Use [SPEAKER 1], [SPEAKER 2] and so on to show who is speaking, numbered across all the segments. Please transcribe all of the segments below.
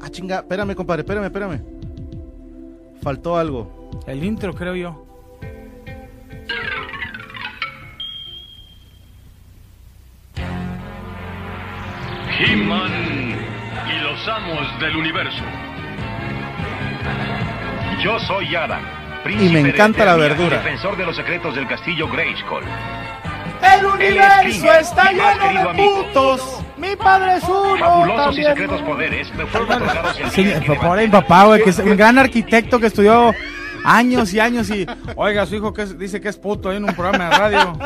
[SPEAKER 1] Ah, chinga, espérame, compadre, espérame, espérame. Faltó algo.
[SPEAKER 2] El intro, creo yo.
[SPEAKER 3] He-Man y los amos del universo. Yo soy Adam, príncipe
[SPEAKER 1] Y me encanta
[SPEAKER 3] de
[SPEAKER 1] la
[SPEAKER 3] Eternia,
[SPEAKER 1] verdura.
[SPEAKER 3] defensor de los secretos del castillo Grayskull.
[SPEAKER 4] El
[SPEAKER 3] El
[SPEAKER 4] universo
[SPEAKER 3] Skinner,
[SPEAKER 4] está
[SPEAKER 3] mi más
[SPEAKER 4] lleno
[SPEAKER 3] querido
[SPEAKER 4] de
[SPEAKER 3] amigo.
[SPEAKER 4] putos. Mi padre es uno.
[SPEAKER 3] Fabulosos y
[SPEAKER 4] también
[SPEAKER 3] secretos poderes me fueron otorgados el
[SPEAKER 2] Sí,
[SPEAKER 3] día en que
[SPEAKER 2] pobre mi
[SPEAKER 3] levanté
[SPEAKER 2] papá, güey, que es un gran arquitecto que estudió años y años y, oiga, su hijo que es- dice que es puto ahí en un programa de radio.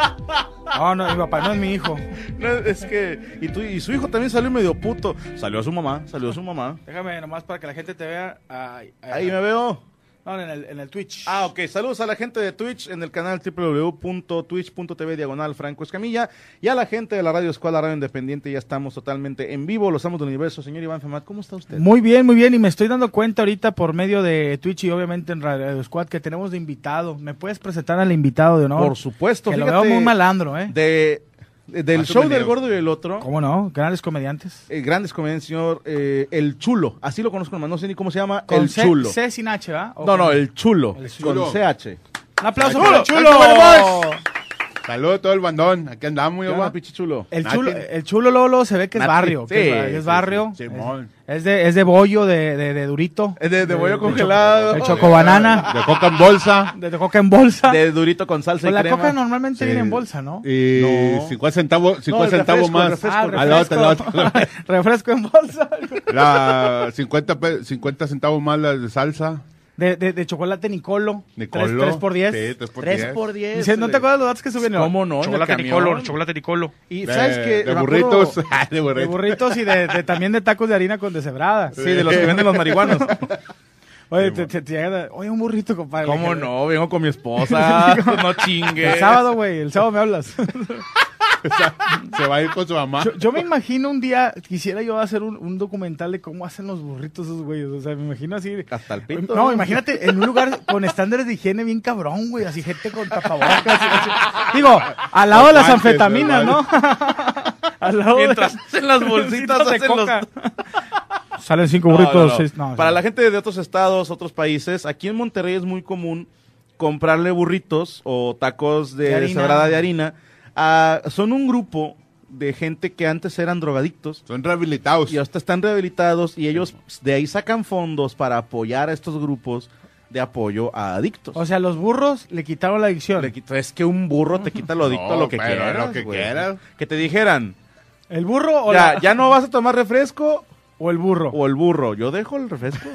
[SPEAKER 2] No, no, mi papá no es mi hijo.
[SPEAKER 1] No, es que. Y, tú- y su hijo también salió medio puto. Salió a su mamá, salió a su mamá.
[SPEAKER 2] Déjame nomás para que la gente te vea. Ay, ay,
[SPEAKER 1] Ahí
[SPEAKER 2] ay.
[SPEAKER 1] me veo.
[SPEAKER 2] No, en el, en el Twitch.
[SPEAKER 1] Ah, ok. Saludos a la gente de Twitch en el canal www.twitch.tv diagonal Franco Escamilla y a la gente de la Radio Escuela Radio Independiente. Ya estamos totalmente en vivo. Los amos del universo. Señor Iván Femat, ¿cómo está usted?
[SPEAKER 2] Muy bien, muy bien. Y me estoy dando cuenta ahorita por medio de Twitch y obviamente en Radio Squad que tenemos de invitado. ¿Me puedes presentar al invitado de honor?
[SPEAKER 1] Por supuesto.
[SPEAKER 2] Que lo
[SPEAKER 1] fíjate,
[SPEAKER 2] veo muy malandro, ¿eh?
[SPEAKER 1] De, de- del
[SPEAKER 5] Más
[SPEAKER 1] show del
[SPEAKER 5] humillado.
[SPEAKER 1] gordo y el otro.
[SPEAKER 2] ¿Cómo no? Grandes comediantes.
[SPEAKER 1] eh, grandes comediantes, señor. eh, el Chulo. Así lo conozco, nomás. No sé ni cómo se llama.
[SPEAKER 2] Con
[SPEAKER 1] el
[SPEAKER 2] C-
[SPEAKER 1] Chulo.
[SPEAKER 2] C sin H, ¿va? ¿O
[SPEAKER 1] No,
[SPEAKER 2] con-
[SPEAKER 1] no, el Chulo.
[SPEAKER 2] El
[SPEAKER 5] Chulo.
[SPEAKER 1] Con CH.
[SPEAKER 2] Un aplauso
[SPEAKER 5] Chulo,
[SPEAKER 2] para el chulo.
[SPEAKER 5] Chulo. Saludos a todo el bandón. Aquí andamos,
[SPEAKER 1] ¿Qué
[SPEAKER 5] yo
[SPEAKER 1] onda,
[SPEAKER 5] va.
[SPEAKER 1] pinche chulo?
[SPEAKER 2] El
[SPEAKER 5] Nati.
[SPEAKER 2] chulo, el chulo Lolo se ve que es
[SPEAKER 1] Nati.
[SPEAKER 2] barrio. que
[SPEAKER 1] Sí,
[SPEAKER 2] es,
[SPEAKER 1] sí,
[SPEAKER 2] es
[SPEAKER 1] sí,
[SPEAKER 2] barrio.
[SPEAKER 5] sí,
[SPEAKER 2] es,
[SPEAKER 5] Simón.
[SPEAKER 2] es de, es de bollo, de, de, de durito.
[SPEAKER 1] Es Eh, de, de bollo
[SPEAKER 2] choco-
[SPEAKER 1] congelado.
[SPEAKER 2] de chocobanana.
[SPEAKER 5] De coca en bolsa.
[SPEAKER 2] De, de coca en bolsa.
[SPEAKER 1] de durito con salsa
[SPEAKER 2] Pues
[SPEAKER 1] y
[SPEAKER 2] la
[SPEAKER 1] crema.
[SPEAKER 2] coca normalmente viene en
[SPEAKER 5] Sí.
[SPEAKER 2] bolsa, ¿no?
[SPEAKER 5] Eh, Y
[SPEAKER 1] No.
[SPEAKER 5] 50 centavos, 50
[SPEAKER 1] el
[SPEAKER 5] centavos
[SPEAKER 1] refresco, el
[SPEAKER 5] más.
[SPEAKER 1] refresco.
[SPEAKER 2] Ah,
[SPEAKER 5] Al otro, al
[SPEAKER 2] refresco.
[SPEAKER 5] otro.
[SPEAKER 2] refresco en bolsa.
[SPEAKER 5] La 50, pe- 50 centavos más la de salsa.
[SPEAKER 2] De, de, de chocolate Nicolo.
[SPEAKER 5] Nicolo.
[SPEAKER 2] 3 por 10.
[SPEAKER 5] Sí, 3 por 10.
[SPEAKER 1] diez.
[SPEAKER 2] Dice, ¿no te acuerdas los datos que subieron?
[SPEAKER 1] ¿Cómo no? En el
[SPEAKER 2] Chocolate
[SPEAKER 1] camión.
[SPEAKER 2] Nicolo, chocolate Nicolo.
[SPEAKER 1] Y
[SPEAKER 5] De-
[SPEAKER 1] sabes que
[SPEAKER 5] Eh, De
[SPEAKER 1] me
[SPEAKER 5] burritos. Ah,
[SPEAKER 1] acuerdo-
[SPEAKER 5] de
[SPEAKER 2] De
[SPEAKER 5] burritos.
[SPEAKER 2] burritos y de, de- también de tacos de harina con deshebrada.
[SPEAKER 1] Sí, de los que venden los marihuanos.
[SPEAKER 2] Oye, te, te- te llega- oye, un burrito, compadre. eh,
[SPEAKER 1] ¿Cómo no? Vengo con mi esposa. pues, no chingues.
[SPEAKER 2] El sábado, güey, el sábado me hablas.
[SPEAKER 5] Se va a ir con su mamá.
[SPEAKER 2] Yo, yo me imagino un día, quisiera yo hacer un, un documental de cómo hacen los burritos esos güeyes. O sea, me imagino así.
[SPEAKER 1] Hasta el pito.
[SPEAKER 2] No, imagínate en un lugar con estándares de higiene bien cabrón, güey. Así gente con tapabocas. así- así. Digo, al lado de las
[SPEAKER 5] Guantes,
[SPEAKER 2] anfetaminas, ¿no? al lado
[SPEAKER 1] Mientras
[SPEAKER 2] de
[SPEAKER 1] hacen las bolsitas,
[SPEAKER 2] bolsitas de
[SPEAKER 1] hacen los-
[SPEAKER 2] coca. Salen cinco
[SPEAKER 1] No, no,
[SPEAKER 2] burritos.
[SPEAKER 1] no.
[SPEAKER 2] seis- no,
[SPEAKER 1] Para
[SPEAKER 2] sí.
[SPEAKER 1] la gente de otros estados, otros países, aquí en Monterrey es muy común comprarle burritos o tacos de,
[SPEAKER 2] De harina.
[SPEAKER 1] deshebrada de harina. Ah, son un grupo de gente que antes eran drogadictos
[SPEAKER 5] Son rehabilitados.
[SPEAKER 1] y hasta están rehabilitados y ellos de ahí sacan fondos para apoyar a estos grupos de apoyo a adictos.
[SPEAKER 2] O sea, los burros le quitaron la adicción.
[SPEAKER 1] Le quito- es que un burro te quita lo adicto a lo que
[SPEAKER 5] pero
[SPEAKER 1] quieras.
[SPEAKER 5] lo que
[SPEAKER 1] güey.
[SPEAKER 5] quieras.
[SPEAKER 1] Que te dijeran,
[SPEAKER 2] ¿El burro o,
[SPEAKER 1] ya,
[SPEAKER 2] la-
[SPEAKER 1] ya no vas a tomar refresco
[SPEAKER 2] o el burro?
[SPEAKER 1] o el burro. Yo dejo el refresco.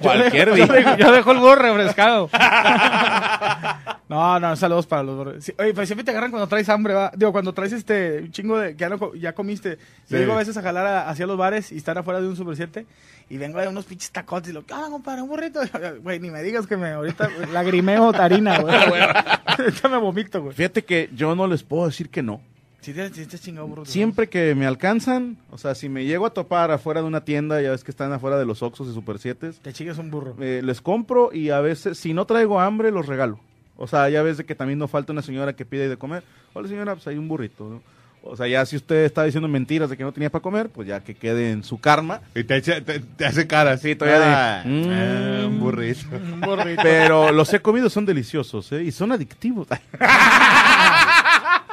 [SPEAKER 2] Cualquier día. Yo dejo, yo dejo el burro refrescado. no, no, saludos para los burros. Sí, oye, pues siempre te agarran cuando traes hambre, va. Digo, cuando traes este un chingo de que ya, no co- ya comiste. Yo
[SPEAKER 5] Sí.
[SPEAKER 2] llego a veces a jalar a- hacia los bares y estar afuera de un Super 7 y vengo de unos pinches tacotes y lo que hago compadre, un burrito. Güey, ni me digas que me ahorita lagrimeo tarina, güey. ahorita me vomito, güey.
[SPEAKER 1] Fíjate que yo no les puedo decir que no.
[SPEAKER 2] Si te, si te has chingado burro.
[SPEAKER 1] Siempre que me alcanzan, o sea, si me llego a topar afuera de una tienda, ya ves que están afuera de los Oxxos y eh, Super 7,
[SPEAKER 2] Te chingas un burro.
[SPEAKER 1] les compro y a veces, si no traigo hambre, los regalo. O sea, ya ves de que también no falta una señora que pide de comer. Hola señora, pues hay un burrito, ¿no? O sea, ya si usted está diciendo mentiras de que no tenía para comer, pues ya que quede en su karma.
[SPEAKER 5] Y te, echa- te- te hace cara así,
[SPEAKER 1] todavía
[SPEAKER 5] todavía.
[SPEAKER 2] Ah.
[SPEAKER 5] "Ah,
[SPEAKER 1] de-
[SPEAKER 5] un burrito.
[SPEAKER 2] Mm.
[SPEAKER 1] Pero los he comido, son deliciosos, ¿eh? Y son adictivos.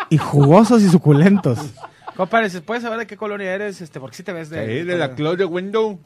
[SPEAKER 6] Y jugosos y suculentos.
[SPEAKER 2] Compadre, ¿se puede saber de qué colonia eres? Este, porque si te ves de...
[SPEAKER 5] Sí, de la Close the Window.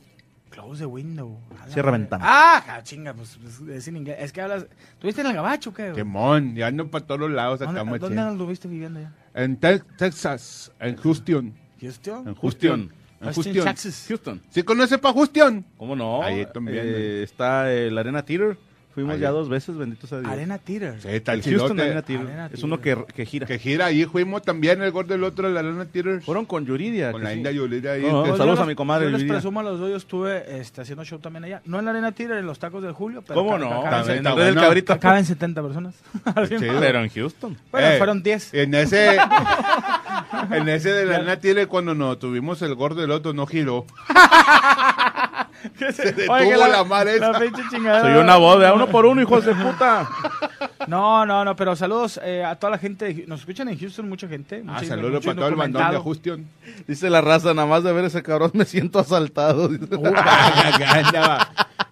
[SPEAKER 2] Close the window. A la
[SPEAKER 1] Cierra
[SPEAKER 2] madre.
[SPEAKER 1] ventana.
[SPEAKER 2] Ah, ja, chinga, pues pues, es en inglés. Es que hablas... ¿Tuviste en el gabacho, qué? güey?
[SPEAKER 5] Quemón, ya ando para todos lados acá,
[SPEAKER 2] ¿Dónde,
[SPEAKER 5] machín.
[SPEAKER 2] ¿Dónde anduviste viviendo ya?
[SPEAKER 5] En Tex- Texas, en Houston. En
[SPEAKER 2] ¿Houston?
[SPEAKER 5] Houston. En
[SPEAKER 2] Austin,
[SPEAKER 5] Houston.
[SPEAKER 2] Texas.
[SPEAKER 1] Houston.
[SPEAKER 5] ¿Sí conoce para Houston?
[SPEAKER 1] ¿Cómo no?
[SPEAKER 5] Ahí también,
[SPEAKER 1] Eh, está el Arena Theater. Fuimos
[SPEAKER 5] Ahí.
[SPEAKER 1] ya dos veces, bendito sea Dios.
[SPEAKER 2] Arena Theater.
[SPEAKER 5] Sí, está
[SPEAKER 1] el
[SPEAKER 5] el
[SPEAKER 1] Houston
[SPEAKER 5] chidote.
[SPEAKER 1] Arena Theater.
[SPEAKER 2] Arena
[SPEAKER 1] es uno que, que gira.
[SPEAKER 5] Que gira ahí, fuimos también el gol del otro, la Lana Theater.
[SPEAKER 1] Fueron con Yuridia.
[SPEAKER 5] Con
[SPEAKER 1] que
[SPEAKER 5] la
[SPEAKER 1] sí.
[SPEAKER 5] India Yolita ahí.
[SPEAKER 1] No,
[SPEAKER 5] este,
[SPEAKER 2] Yo
[SPEAKER 1] saludos
[SPEAKER 2] les-
[SPEAKER 1] a mi comadre,
[SPEAKER 2] Yo les
[SPEAKER 1] Lidia.
[SPEAKER 2] presumo a los dos, yo estuve este, haciendo show también allá. No en la Arena Theater, en los tacos del Julio. Pero
[SPEAKER 1] ¿Cómo
[SPEAKER 2] ca-
[SPEAKER 1] no?
[SPEAKER 2] ca-
[SPEAKER 5] También
[SPEAKER 2] Caben,
[SPEAKER 1] También,
[SPEAKER 5] está
[SPEAKER 1] el Red del
[SPEAKER 5] bueno.
[SPEAKER 1] cabrito.
[SPEAKER 2] caben 70 personas. Así,
[SPEAKER 5] chido.
[SPEAKER 2] madre.
[SPEAKER 1] Pero en Houston.
[SPEAKER 2] bueno,
[SPEAKER 5] Eh,
[SPEAKER 2] fueron 10.
[SPEAKER 5] En ese, en ese de la Lana Theater, cuando nos tuvimos el gol del otro, no giró. Se detuvo
[SPEAKER 2] Oye, que
[SPEAKER 5] la, madre
[SPEAKER 2] la
[SPEAKER 5] esa.
[SPEAKER 2] pinche chingadera.
[SPEAKER 1] Soy una voz de uno por uno, hijos de puta.
[SPEAKER 2] No, no, no, pero saludos eh, a toda la gente. de Hu- Nos escuchan en Houston mucha gente.
[SPEAKER 5] Ah,
[SPEAKER 2] mucha-
[SPEAKER 5] saludos
[SPEAKER 2] mucho
[SPEAKER 5] para todo el bandón de
[SPEAKER 2] indocumentado.
[SPEAKER 5] Houston.
[SPEAKER 1] Dice la raza, nada más de ver ese cabrón me siento asaltado.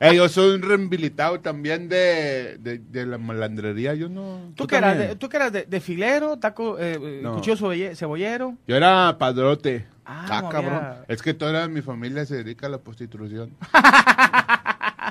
[SPEAKER 5] Eh, yo soy un rehabilitado también de, de, de la malandrería. Yo no.
[SPEAKER 2] ¿Tú, que eras
[SPEAKER 5] también?
[SPEAKER 2] de, tú que eras de, de filero, taco, eh, eh,
[SPEAKER 5] No.
[SPEAKER 2] cuchillo cebolle- cebollero?
[SPEAKER 5] Yo era padrote.
[SPEAKER 2] Ah,
[SPEAKER 5] Ah,
[SPEAKER 2] no
[SPEAKER 5] cabrón.
[SPEAKER 2] había-
[SPEAKER 5] Es que toda mi familia se dedica a la prostitución.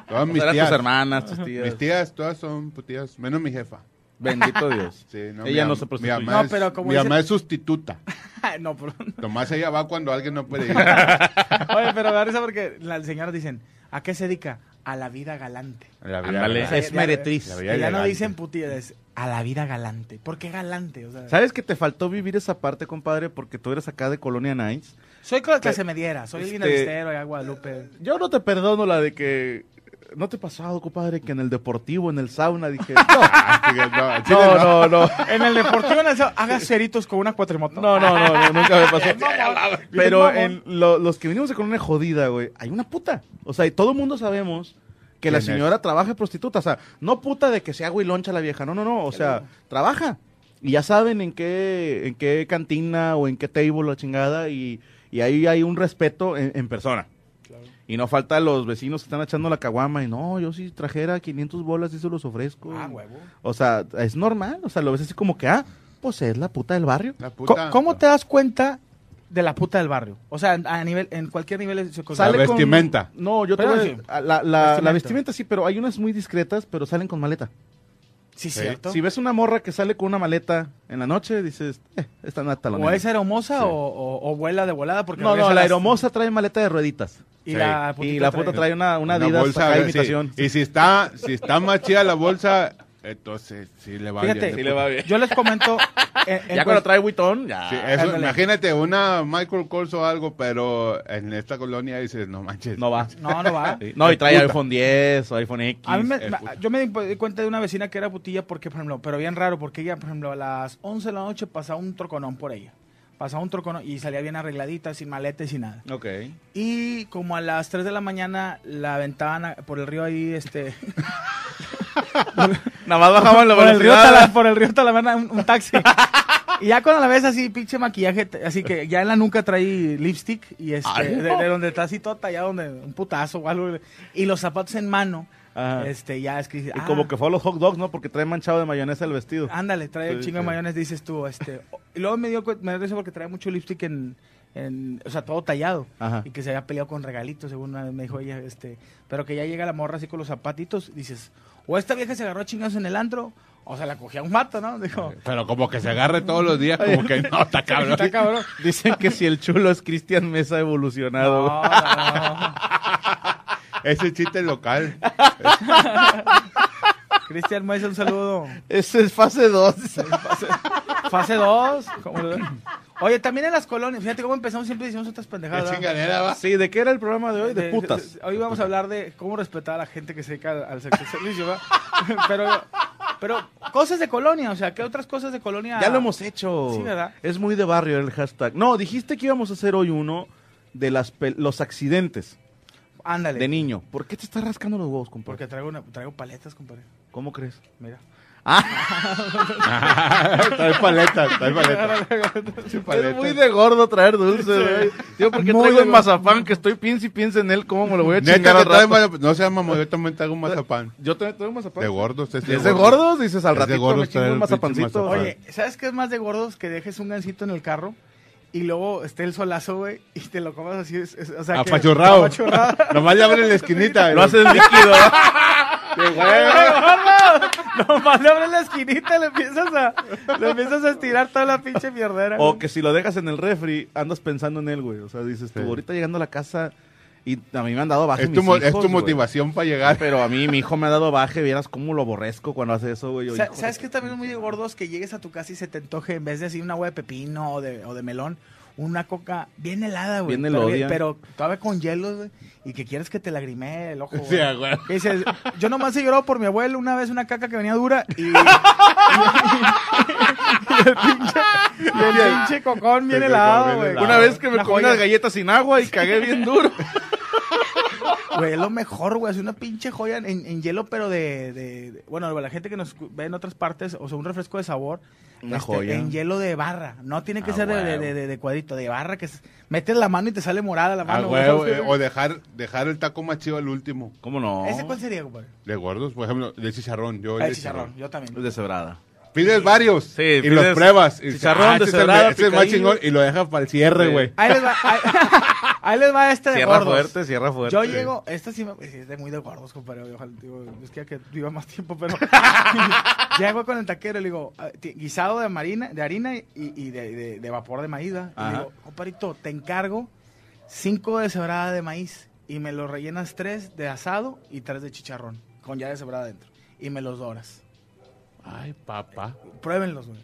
[SPEAKER 5] todas mis
[SPEAKER 1] Eran tus
[SPEAKER 5] tías.
[SPEAKER 1] hermanas, tus tías.
[SPEAKER 5] Mis tías, todas son putías. Menos mi jefa.
[SPEAKER 1] Bendito Dios.
[SPEAKER 5] Sí, no,
[SPEAKER 1] Ella
[SPEAKER 5] mi
[SPEAKER 1] no
[SPEAKER 5] am-
[SPEAKER 1] se
[SPEAKER 5] Mi
[SPEAKER 1] prostituye.
[SPEAKER 5] mamá,
[SPEAKER 2] No,
[SPEAKER 5] es,
[SPEAKER 2] pero como
[SPEAKER 5] mi
[SPEAKER 2] dice-
[SPEAKER 5] mamá es sustituta.
[SPEAKER 2] Ah, no, pero,
[SPEAKER 5] Tomás ella va cuando alguien no puede ir.
[SPEAKER 2] oye, pero me da risa porque las señoras dicen, ¿a qué se dedica? A la vida galante.
[SPEAKER 5] La vida
[SPEAKER 1] Ándale,
[SPEAKER 5] galante.
[SPEAKER 1] es meretriz.
[SPEAKER 5] La
[SPEAKER 2] Y
[SPEAKER 5] vida
[SPEAKER 2] ya no
[SPEAKER 5] elegante.
[SPEAKER 2] dicen putillas, es a la vida galante. ¿Por qué galante? O sea,
[SPEAKER 1] ¿Sabes que te faltó vivir esa parte, compadre? Porque tú eres acá de Colonia Nice.
[SPEAKER 2] soy con la clase mediera, soy
[SPEAKER 1] este-
[SPEAKER 2] alguien alistero, allá de Guadalupe.
[SPEAKER 1] Yo no te perdono la de que... ¿No te ha pasado, compadre, que en el deportivo, en el sauna, dije... No,
[SPEAKER 5] Ah, sí, no, al chile
[SPEAKER 1] no, no,
[SPEAKER 5] no.
[SPEAKER 1] no.
[SPEAKER 2] En el deportivo, en el- haga ceritos con una cuatrimoto. Ah,
[SPEAKER 1] No, no, no, no, nunca me pasó. Pero
[SPEAKER 2] Bien,
[SPEAKER 1] en lo- los que venimos de colonia jodida, güey, hay una puta. O sea, y todo el mundo sabemos que la
[SPEAKER 5] ¿Quién es?
[SPEAKER 1] señora trabaja de prostituta. O sea, no puta de que se haga y loncha la vieja. No, no, no. O sea, trabaja. Y ya saben en qué, en qué cantina o en qué table la chingada. Y, y ahí hay un respeto en, en persona. Y no falta los vecinos que están echando la caguama. Y no, yo si trajera 500 bolas, y se los ofrezco.
[SPEAKER 2] Ah, huevo.
[SPEAKER 1] O sea, es normal. O sea, lo ves así como que, ah, pues es la puta del barrio.
[SPEAKER 5] La
[SPEAKER 2] Co-
[SPEAKER 5] puta.
[SPEAKER 2] ¿Cómo te das cuenta de la puta del barrio? O sea, a nivel, en cualquier nivel se
[SPEAKER 5] Sale
[SPEAKER 2] considera-
[SPEAKER 5] con- vestimenta.
[SPEAKER 1] No, yo te
[SPEAKER 2] Ah. Pero
[SPEAKER 1] voy a-
[SPEAKER 2] sí.
[SPEAKER 1] a- la, la- la
[SPEAKER 2] Vestimenta.
[SPEAKER 1] vestimenta sí, pero hay unas muy discretas, pero salen con maleta.
[SPEAKER 2] Sí, cierto.
[SPEAKER 1] Si ves una morra que sale con una maleta en la noche, dices, eh, esta no
[SPEAKER 2] o es
[SPEAKER 1] talonera.
[SPEAKER 2] aeromosa o, o- o vuela de volada. Porque
[SPEAKER 1] No,
[SPEAKER 2] regresa
[SPEAKER 1] no, la
[SPEAKER 2] a las-
[SPEAKER 1] aeromosa trae maleta de rueditas.
[SPEAKER 2] Y
[SPEAKER 5] Sí.
[SPEAKER 2] la,
[SPEAKER 1] Y la puta trae una, una, Adidas acá,
[SPEAKER 5] sí.
[SPEAKER 1] imitación.
[SPEAKER 5] Y si está, si está más chida la bolsa, entonces sí le va
[SPEAKER 2] Fíjate,
[SPEAKER 5] bien.
[SPEAKER 1] Sí le va bien.
[SPEAKER 2] yo les comento. en- en
[SPEAKER 1] Ya cuando
[SPEAKER 2] cuest-
[SPEAKER 1] trae Vuitton, ya.
[SPEAKER 5] Sí, eso,
[SPEAKER 2] Ándale.
[SPEAKER 5] imagínate una Michael Kors o algo, pero en esta colonia dices, no manches.
[SPEAKER 1] no va.
[SPEAKER 2] No, no va.
[SPEAKER 1] Sí. eh, No, y trae
[SPEAKER 5] Puta.
[SPEAKER 1] iPhone 10 o iPhone X.
[SPEAKER 2] A mí me-
[SPEAKER 5] es
[SPEAKER 2] me-
[SPEAKER 5] puta.
[SPEAKER 2] yo me di di cuenta de una vecina que era putilla porque, por ejemplo, pero bien raro, porque ella, por ejemplo, a las 11 de la noche pasaba un troconón por ella. Pasaba un troconón y salía bien arregladita, sin maleta y sin nada.
[SPEAKER 1] Ok.
[SPEAKER 2] Y como a las 3 de la mañana la aventaban a- por el río ahí, este...
[SPEAKER 1] Nada más bajamos la
[SPEAKER 2] por, el río
[SPEAKER 1] velocidad.
[SPEAKER 2] Tala- por el río Talavera un, un taxi. y ya cuando la ves así, pinche maquillaje, te- así que ya en la nuca trae lipstick y este,
[SPEAKER 1] Ay,
[SPEAKER 2] de,
[SPEAKER 1] no.
[SPEAKER 2] de donde está así todo tallado, donde un putazo o algo. Y los zapatos en mano,
[SPEAKER 1] Ajá.
[SPEAKER 2] este, ya es que...
[SPEAKER 1] Y como que fue a los hot dogs, ¿no? Porque trae manchado de mayonesa el vestido.
[SPEAKER 2] Ándale, trae el
[SPEAKER 1] Sí,
[SPEAKER 2] chingo de
[SPEAKER 1] sí.
[SPEAKER 2] mayones, dices tú. Este, o- y luego me dio cuen- me dio risa porque traía mucho lipstick en, en- o sea, todo tallado.
[SPEAKER 1] Ajá.
[SPEAKER 2] Y que se había peleado con regalitos, según una vez me dijo ella, este, pero que ya llega la morra así con los zapatitos, dices, o esta vieja se agarró a chingados en el antro, o se la cogía un mato, ¿no? Dijo,
[SPEAKER 5] Pero como que se agarre todos los días, como que no, está cabrón.
[SPEAKER 2] está cabrón.
[SPEAKER 1] Dicen que si el chulo es Cristian Mesa evolucionado.
[SPEAKER 2] No, no, no.
[SPEAKER 5] Ese chiste local.
[SPEAKER 2] Cristian Moise, un saludo.
[SPEAKER 1] Ese es fase 2.
[SPEAKER 2] Fase 2. Oye, también en las colonias, fíjate cómo empezamos, siempre decimos otras
[SPEAKER 5] Qué
[SPEAKER 2] pendejadas. ¿verdad?
[SPEAKER 5] chingadera va.
[SPEAKER 1] Sí, ¿de qué era el programa de hoy? De,
[SPEAKER 2] Eh, De-
[SPEAKER 1] putas.
[SPEAKER 2] de- hoy vamos a hablar de cómo respetar a la gente que se dedica al, al sexo servicio, ¿verdad? pero, pero cosas de colonia, o sea, ¿qué otras cosas de colonia?
[SPEAKER 1] Ya lo hemos hecho.
[SPEAKER 2] Sí, ¿verdad?
[SPEAKER 1] Es muy de barrio el hashtag. No, dijiste que íbamos a hacer hoy uno de las pel- los accidentes
[SPEAKER 2] Ándale.
[SPEAKER 1] de niño. ¿Por qué te estás rascando los huevos, compadre?
[SPEAKER 2] Porque traigo, una- traigo paletas, compadre.
[SPEAKER 1] ¿Cómo crees?
[SPEAKER 2] Mira.
[SPEAKER 5] trae paleta, trae paleta. Trae
[SPEAKER 1] Es
[SPEAKER 5] paleta.
[SPEAKER 1] muy de gordo traer dulce, güey. Tío, porque
[SPEAKER 2] Muy
[SPEAKER 1] traigo
[SPEAKER 2] de
[SPEAKER 1] el
[SPEAKER 2] gordo.
[SPEAKER 1] mazapán que estoy piensa y piensa en él cómo me lo voy a chingar
[SPEAKER 5] Neta,
[SPEAKER 1] al
[SPEAKER 5] que trae
[SPEAKER 1] rato.
[SPEAKER 5] mazapán. No seas mamón, yo también te hago un mazapán.
[SPEAKER 1] Yo también traigo mazapán.
[SPEAKER 5] De gordo, usted
[SPEAKER 1] ¿Es de gordos? Dices, al
[SPEAKER 5] Es de
[SPEAKER 1] ratito
[SPEAKER 5] gordos
[SPEAKER 1] me chingo
[SPEAKER 5] traer
[SPEAKER 1] un
[SPEAKER 5] el pinche
[SPEAKER 1] mazapancito.
[SPEAKER 5] mazapán.
[SPEAKER 2] Oye, ¿sabes qué es más de gordos que dejes un gancito en el carro y luego esté el solazo, güey, y te lo comas así? es- es- o sea, que-
[SPEAKER 5] Apachurrado.
[SPEAKER 2] apachurrado.
[SPEAKER 5] Nomás le abre la esquinita.
[SPEAKER 1] Lo haces líquido. ¿eh?
[SPEAKER 5] De huevo.
[SPEAKER 2] Nomás le abres la esquinita y le empiezas a, le empiezas a estirar toda la pinche mierdera.
[SPEAKER 1] O
[SPEAKER 2] güey.
[SPEAKER 1] que si lo dejas en el refri, andas pensando en él, güey. O sea, dices tú,
[SPEAKER 5] Sí.
[SPEAKER 1] ahorita llegando a la casa y a mí me han dado baje
[SPEAKER 5] Es tu,
[SPEAKER 1] mis
[SPEAKER 5] mo-
[SPEAKER 1] hijos,
[SPEAKER 5] es tu
[SPEAKER 1] güey.
[SPEAKER 5] motivación para
[SPEAKER 1] Ah,
[SPEAKER 5] llegar.
[SPEAKER 1] Pero a mí mi hijo me ha dado baje, vieras cómo lo aborrezco cuando hace eso, güey. Yo,
[SPEAKER 2] Sa-
[SPEAKER 1] hijo de-
[SPEAKER 2] ¿Sabes qué también es muy de gordos que llegues a tu casa y se te antoje, en vez de así una agua de pepino o de, o de melón, una coca bien helada, güey.
[SPEAKER 1] Bien
[SPEAKER 2] pero,
[SPEAKER 1] elodia.
[SPEAKER 2] pero todavía con hielos, güey, y que quieres que te lagrime el ojo, güey.
[SPEAKER 5] Sí, a huevo.
[SPEAKER 2] Que dices, yo nomás he llorado por mi abuelo una vez una caca que venía dura y, y el pinche, y el pinche cocón bien
[SPEAKER 5] El cocón bien
[SPEAKER 2] helado, güey.
[SPEAKER 5] helado.
[SPEAKER 1] Una vez que me
[SPEAKER 2] Una
[SPEAKER 1] comí
[SPEAKER 2] joya.
[SPEAKER 1] unas galletas sin agua y cagué bien duro.
[SPEAKER 2] Güey, es lo mejor, güey. Es una pinche joya en, en hielo, pero de, de- de- Bueno, la gente que nos escu- ve en otras partes, o sea, un refresco de sabor. este,
[SPEAKER 1] Una joya.
[SPEAKER 2] En hielo de barra. No tiene que
[SPEAKER 1] Ah,
[SPEAKER 2] ser de, de-
[SPEAKER 1] huevo.
[SPEAKER 2] de- de cuadrito, de barra, que es- metes la mano y te sale morada
[SPEAKER 1] Ah,
[SPEAKER 2] la
[SPEAKER 5] A
[SPEAKER 2] mano. güey.
[SPEAKER 5] huevo, eh, o dejar, dejar el taco más chido al último.
[SPEAKER 1] ¿Cómo no?
[SPEAKER 2] ¿Ese cuál sería, compadre?
[SPEAKER 5] De gordos, por ejemplo, de chicharrón. Yo
[SPEAKER 2] Ah,
[SPEAKER 5] el
[SPEAKER 2] el chicharrón, yo también.
[SPEAKER 1] De cebrada.
[SPEAKER 5] Pides varios
[SPEAKER 1] Sí,
[SPEAKER 5] y
[SPEAKER 1] pides
[SPEAKER 5] los pruebas. Y
[SPEAKER 1] chicharrón
[SPEAKER 5] dices, este es el-
[SPEAKER 1] deshebrado,
[SPEAKER 5] este es el más
[SPEAKER 1] picadillo.
[SPEAKER 5] chingón y lo dejas para el cierre,
[SPEAKER 1] Sí.
[SPEAKER 5] güey.
[SPEAKER 2] Ahí les va, ahí, ahí les va este de
[SPEAKER 1] Cierra
[SPEAKER 2] gordos.
[SPEAKER 1] fuerte, cierra fuerte.
[SPEAKER 2] Yo llego, esta sí me, sí, es de muy de gordos, compadre. Ojalá, digo, es que, que viva más tiempo, pero. llego con el taquero y le digo, "Ah, ti- guisado de, marina, de harina y, y de, de- de vapor de maíz. ¿va?" Y le
[SPEAKER 1] Ajá.
[SPEAKER 2] digo, compadrito, te encargo cinco de cebrada de maíz y me los rellenas tres de asado y tres de chicharrón, con ya de cebrada adentro. Y me los doras.
[SPEAKER 5] Ay, papá.
[SPEAKER 2] Pruébenlos, güey.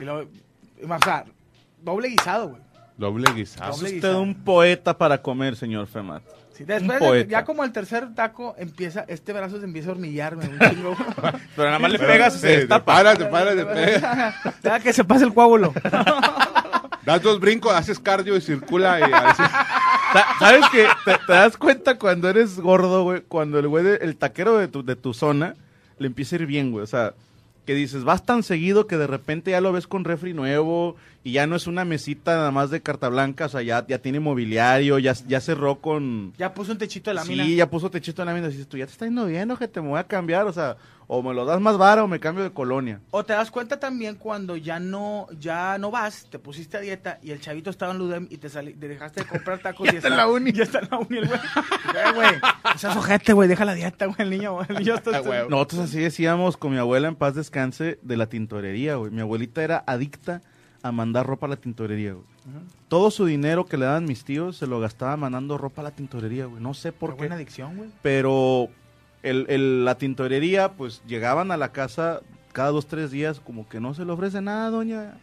[SPEAKER 2] Y luego, o sea, doble guisado, güey.
[SPEAKER 5] Doble guisado.
[SPEAKER 1] Es
[SPEAKER 2] Doble
[SPEAKER 1] usted
[SPEAKER 2] guisado.
[SPEAKER 1] un poeta para comer, señor Femat.
[SPEAKER 2] Sí, después,
[SPEAKER 1] Un poeta.
[SPEAKER 2] ya como el tercer taco, empieza, este brazo se empieza a hormillarme un chingo.
[SPEAKER 1] Pero nada más le
[SPEAKER 5] Pero,
[SPEAKER 1] pegas y
[SPEAKER 5] sí,
[SPEAKER 1] se destapa.
[SPEAKER 5] Párate, párate, pega.
[SPEAKER 2] Ya que se pase el coágulo.
[SPEAKER 5] Das dos brincos, haces cardio y circula. Y así.
[SPEAKER 1] Sa- ¿Sabes qué? Te, te das cuenta cuando eres gordo, güey, cuando el güey, de- el taquero de tu, de tu zona le empieza a ir bien, güey. O sea, que dices, vas tan seguido que de repente ya lo ves con refri nuevo y ya no es una mesita nada más de carta blanca, o sea, ya, ya tiene mobiliario, ya, ya cerró con...
[SPEAKER 2] Ya puso un techito de la
[SPEAKER 1] sí,
[SPEAKER 2] mina.
[SPEAKER 1] ya puso techito en la mina y dices, tú ya te está yendo bien, que te voy a cambiar, o sea, o me lo das más vara o me cambio de colonia.
[SPEAKER 2] O te das cuenta también cuando ya no, ya no vas, te pusiste a dieta y el chavito estaba en Ludem y te, sali- te dejaste de comprar tacos y
[SPEAKER 1] está en la uni.
[SPEAKER 2] Ya está en la uni el güey. Eh, güey. O sea, sujete, güey, deja la dieta, güey, el niño. El niño está,
[SPEAKER 5] Ah, güey.
[SPEAKER 1] Nosotros así decíamos con mi abuela en paz descanse de la tintorería, güey. Mi abuelita era adicta a mandar ropa a la tintorería, güey. Todo su dinero que le daban mis tíos se lo gastaba mandando ropa a la tintorería, güey. No sé por
[SPEAKER 2] Por
[SPEAKER 1] qué.
[SPEAKER 2] buena adicción, güey.
[SPEAKER 1] Pero el, el- la tintorería, pues llegaban a la casa cada dos, tres días, como que no se le ofrece nada, doña.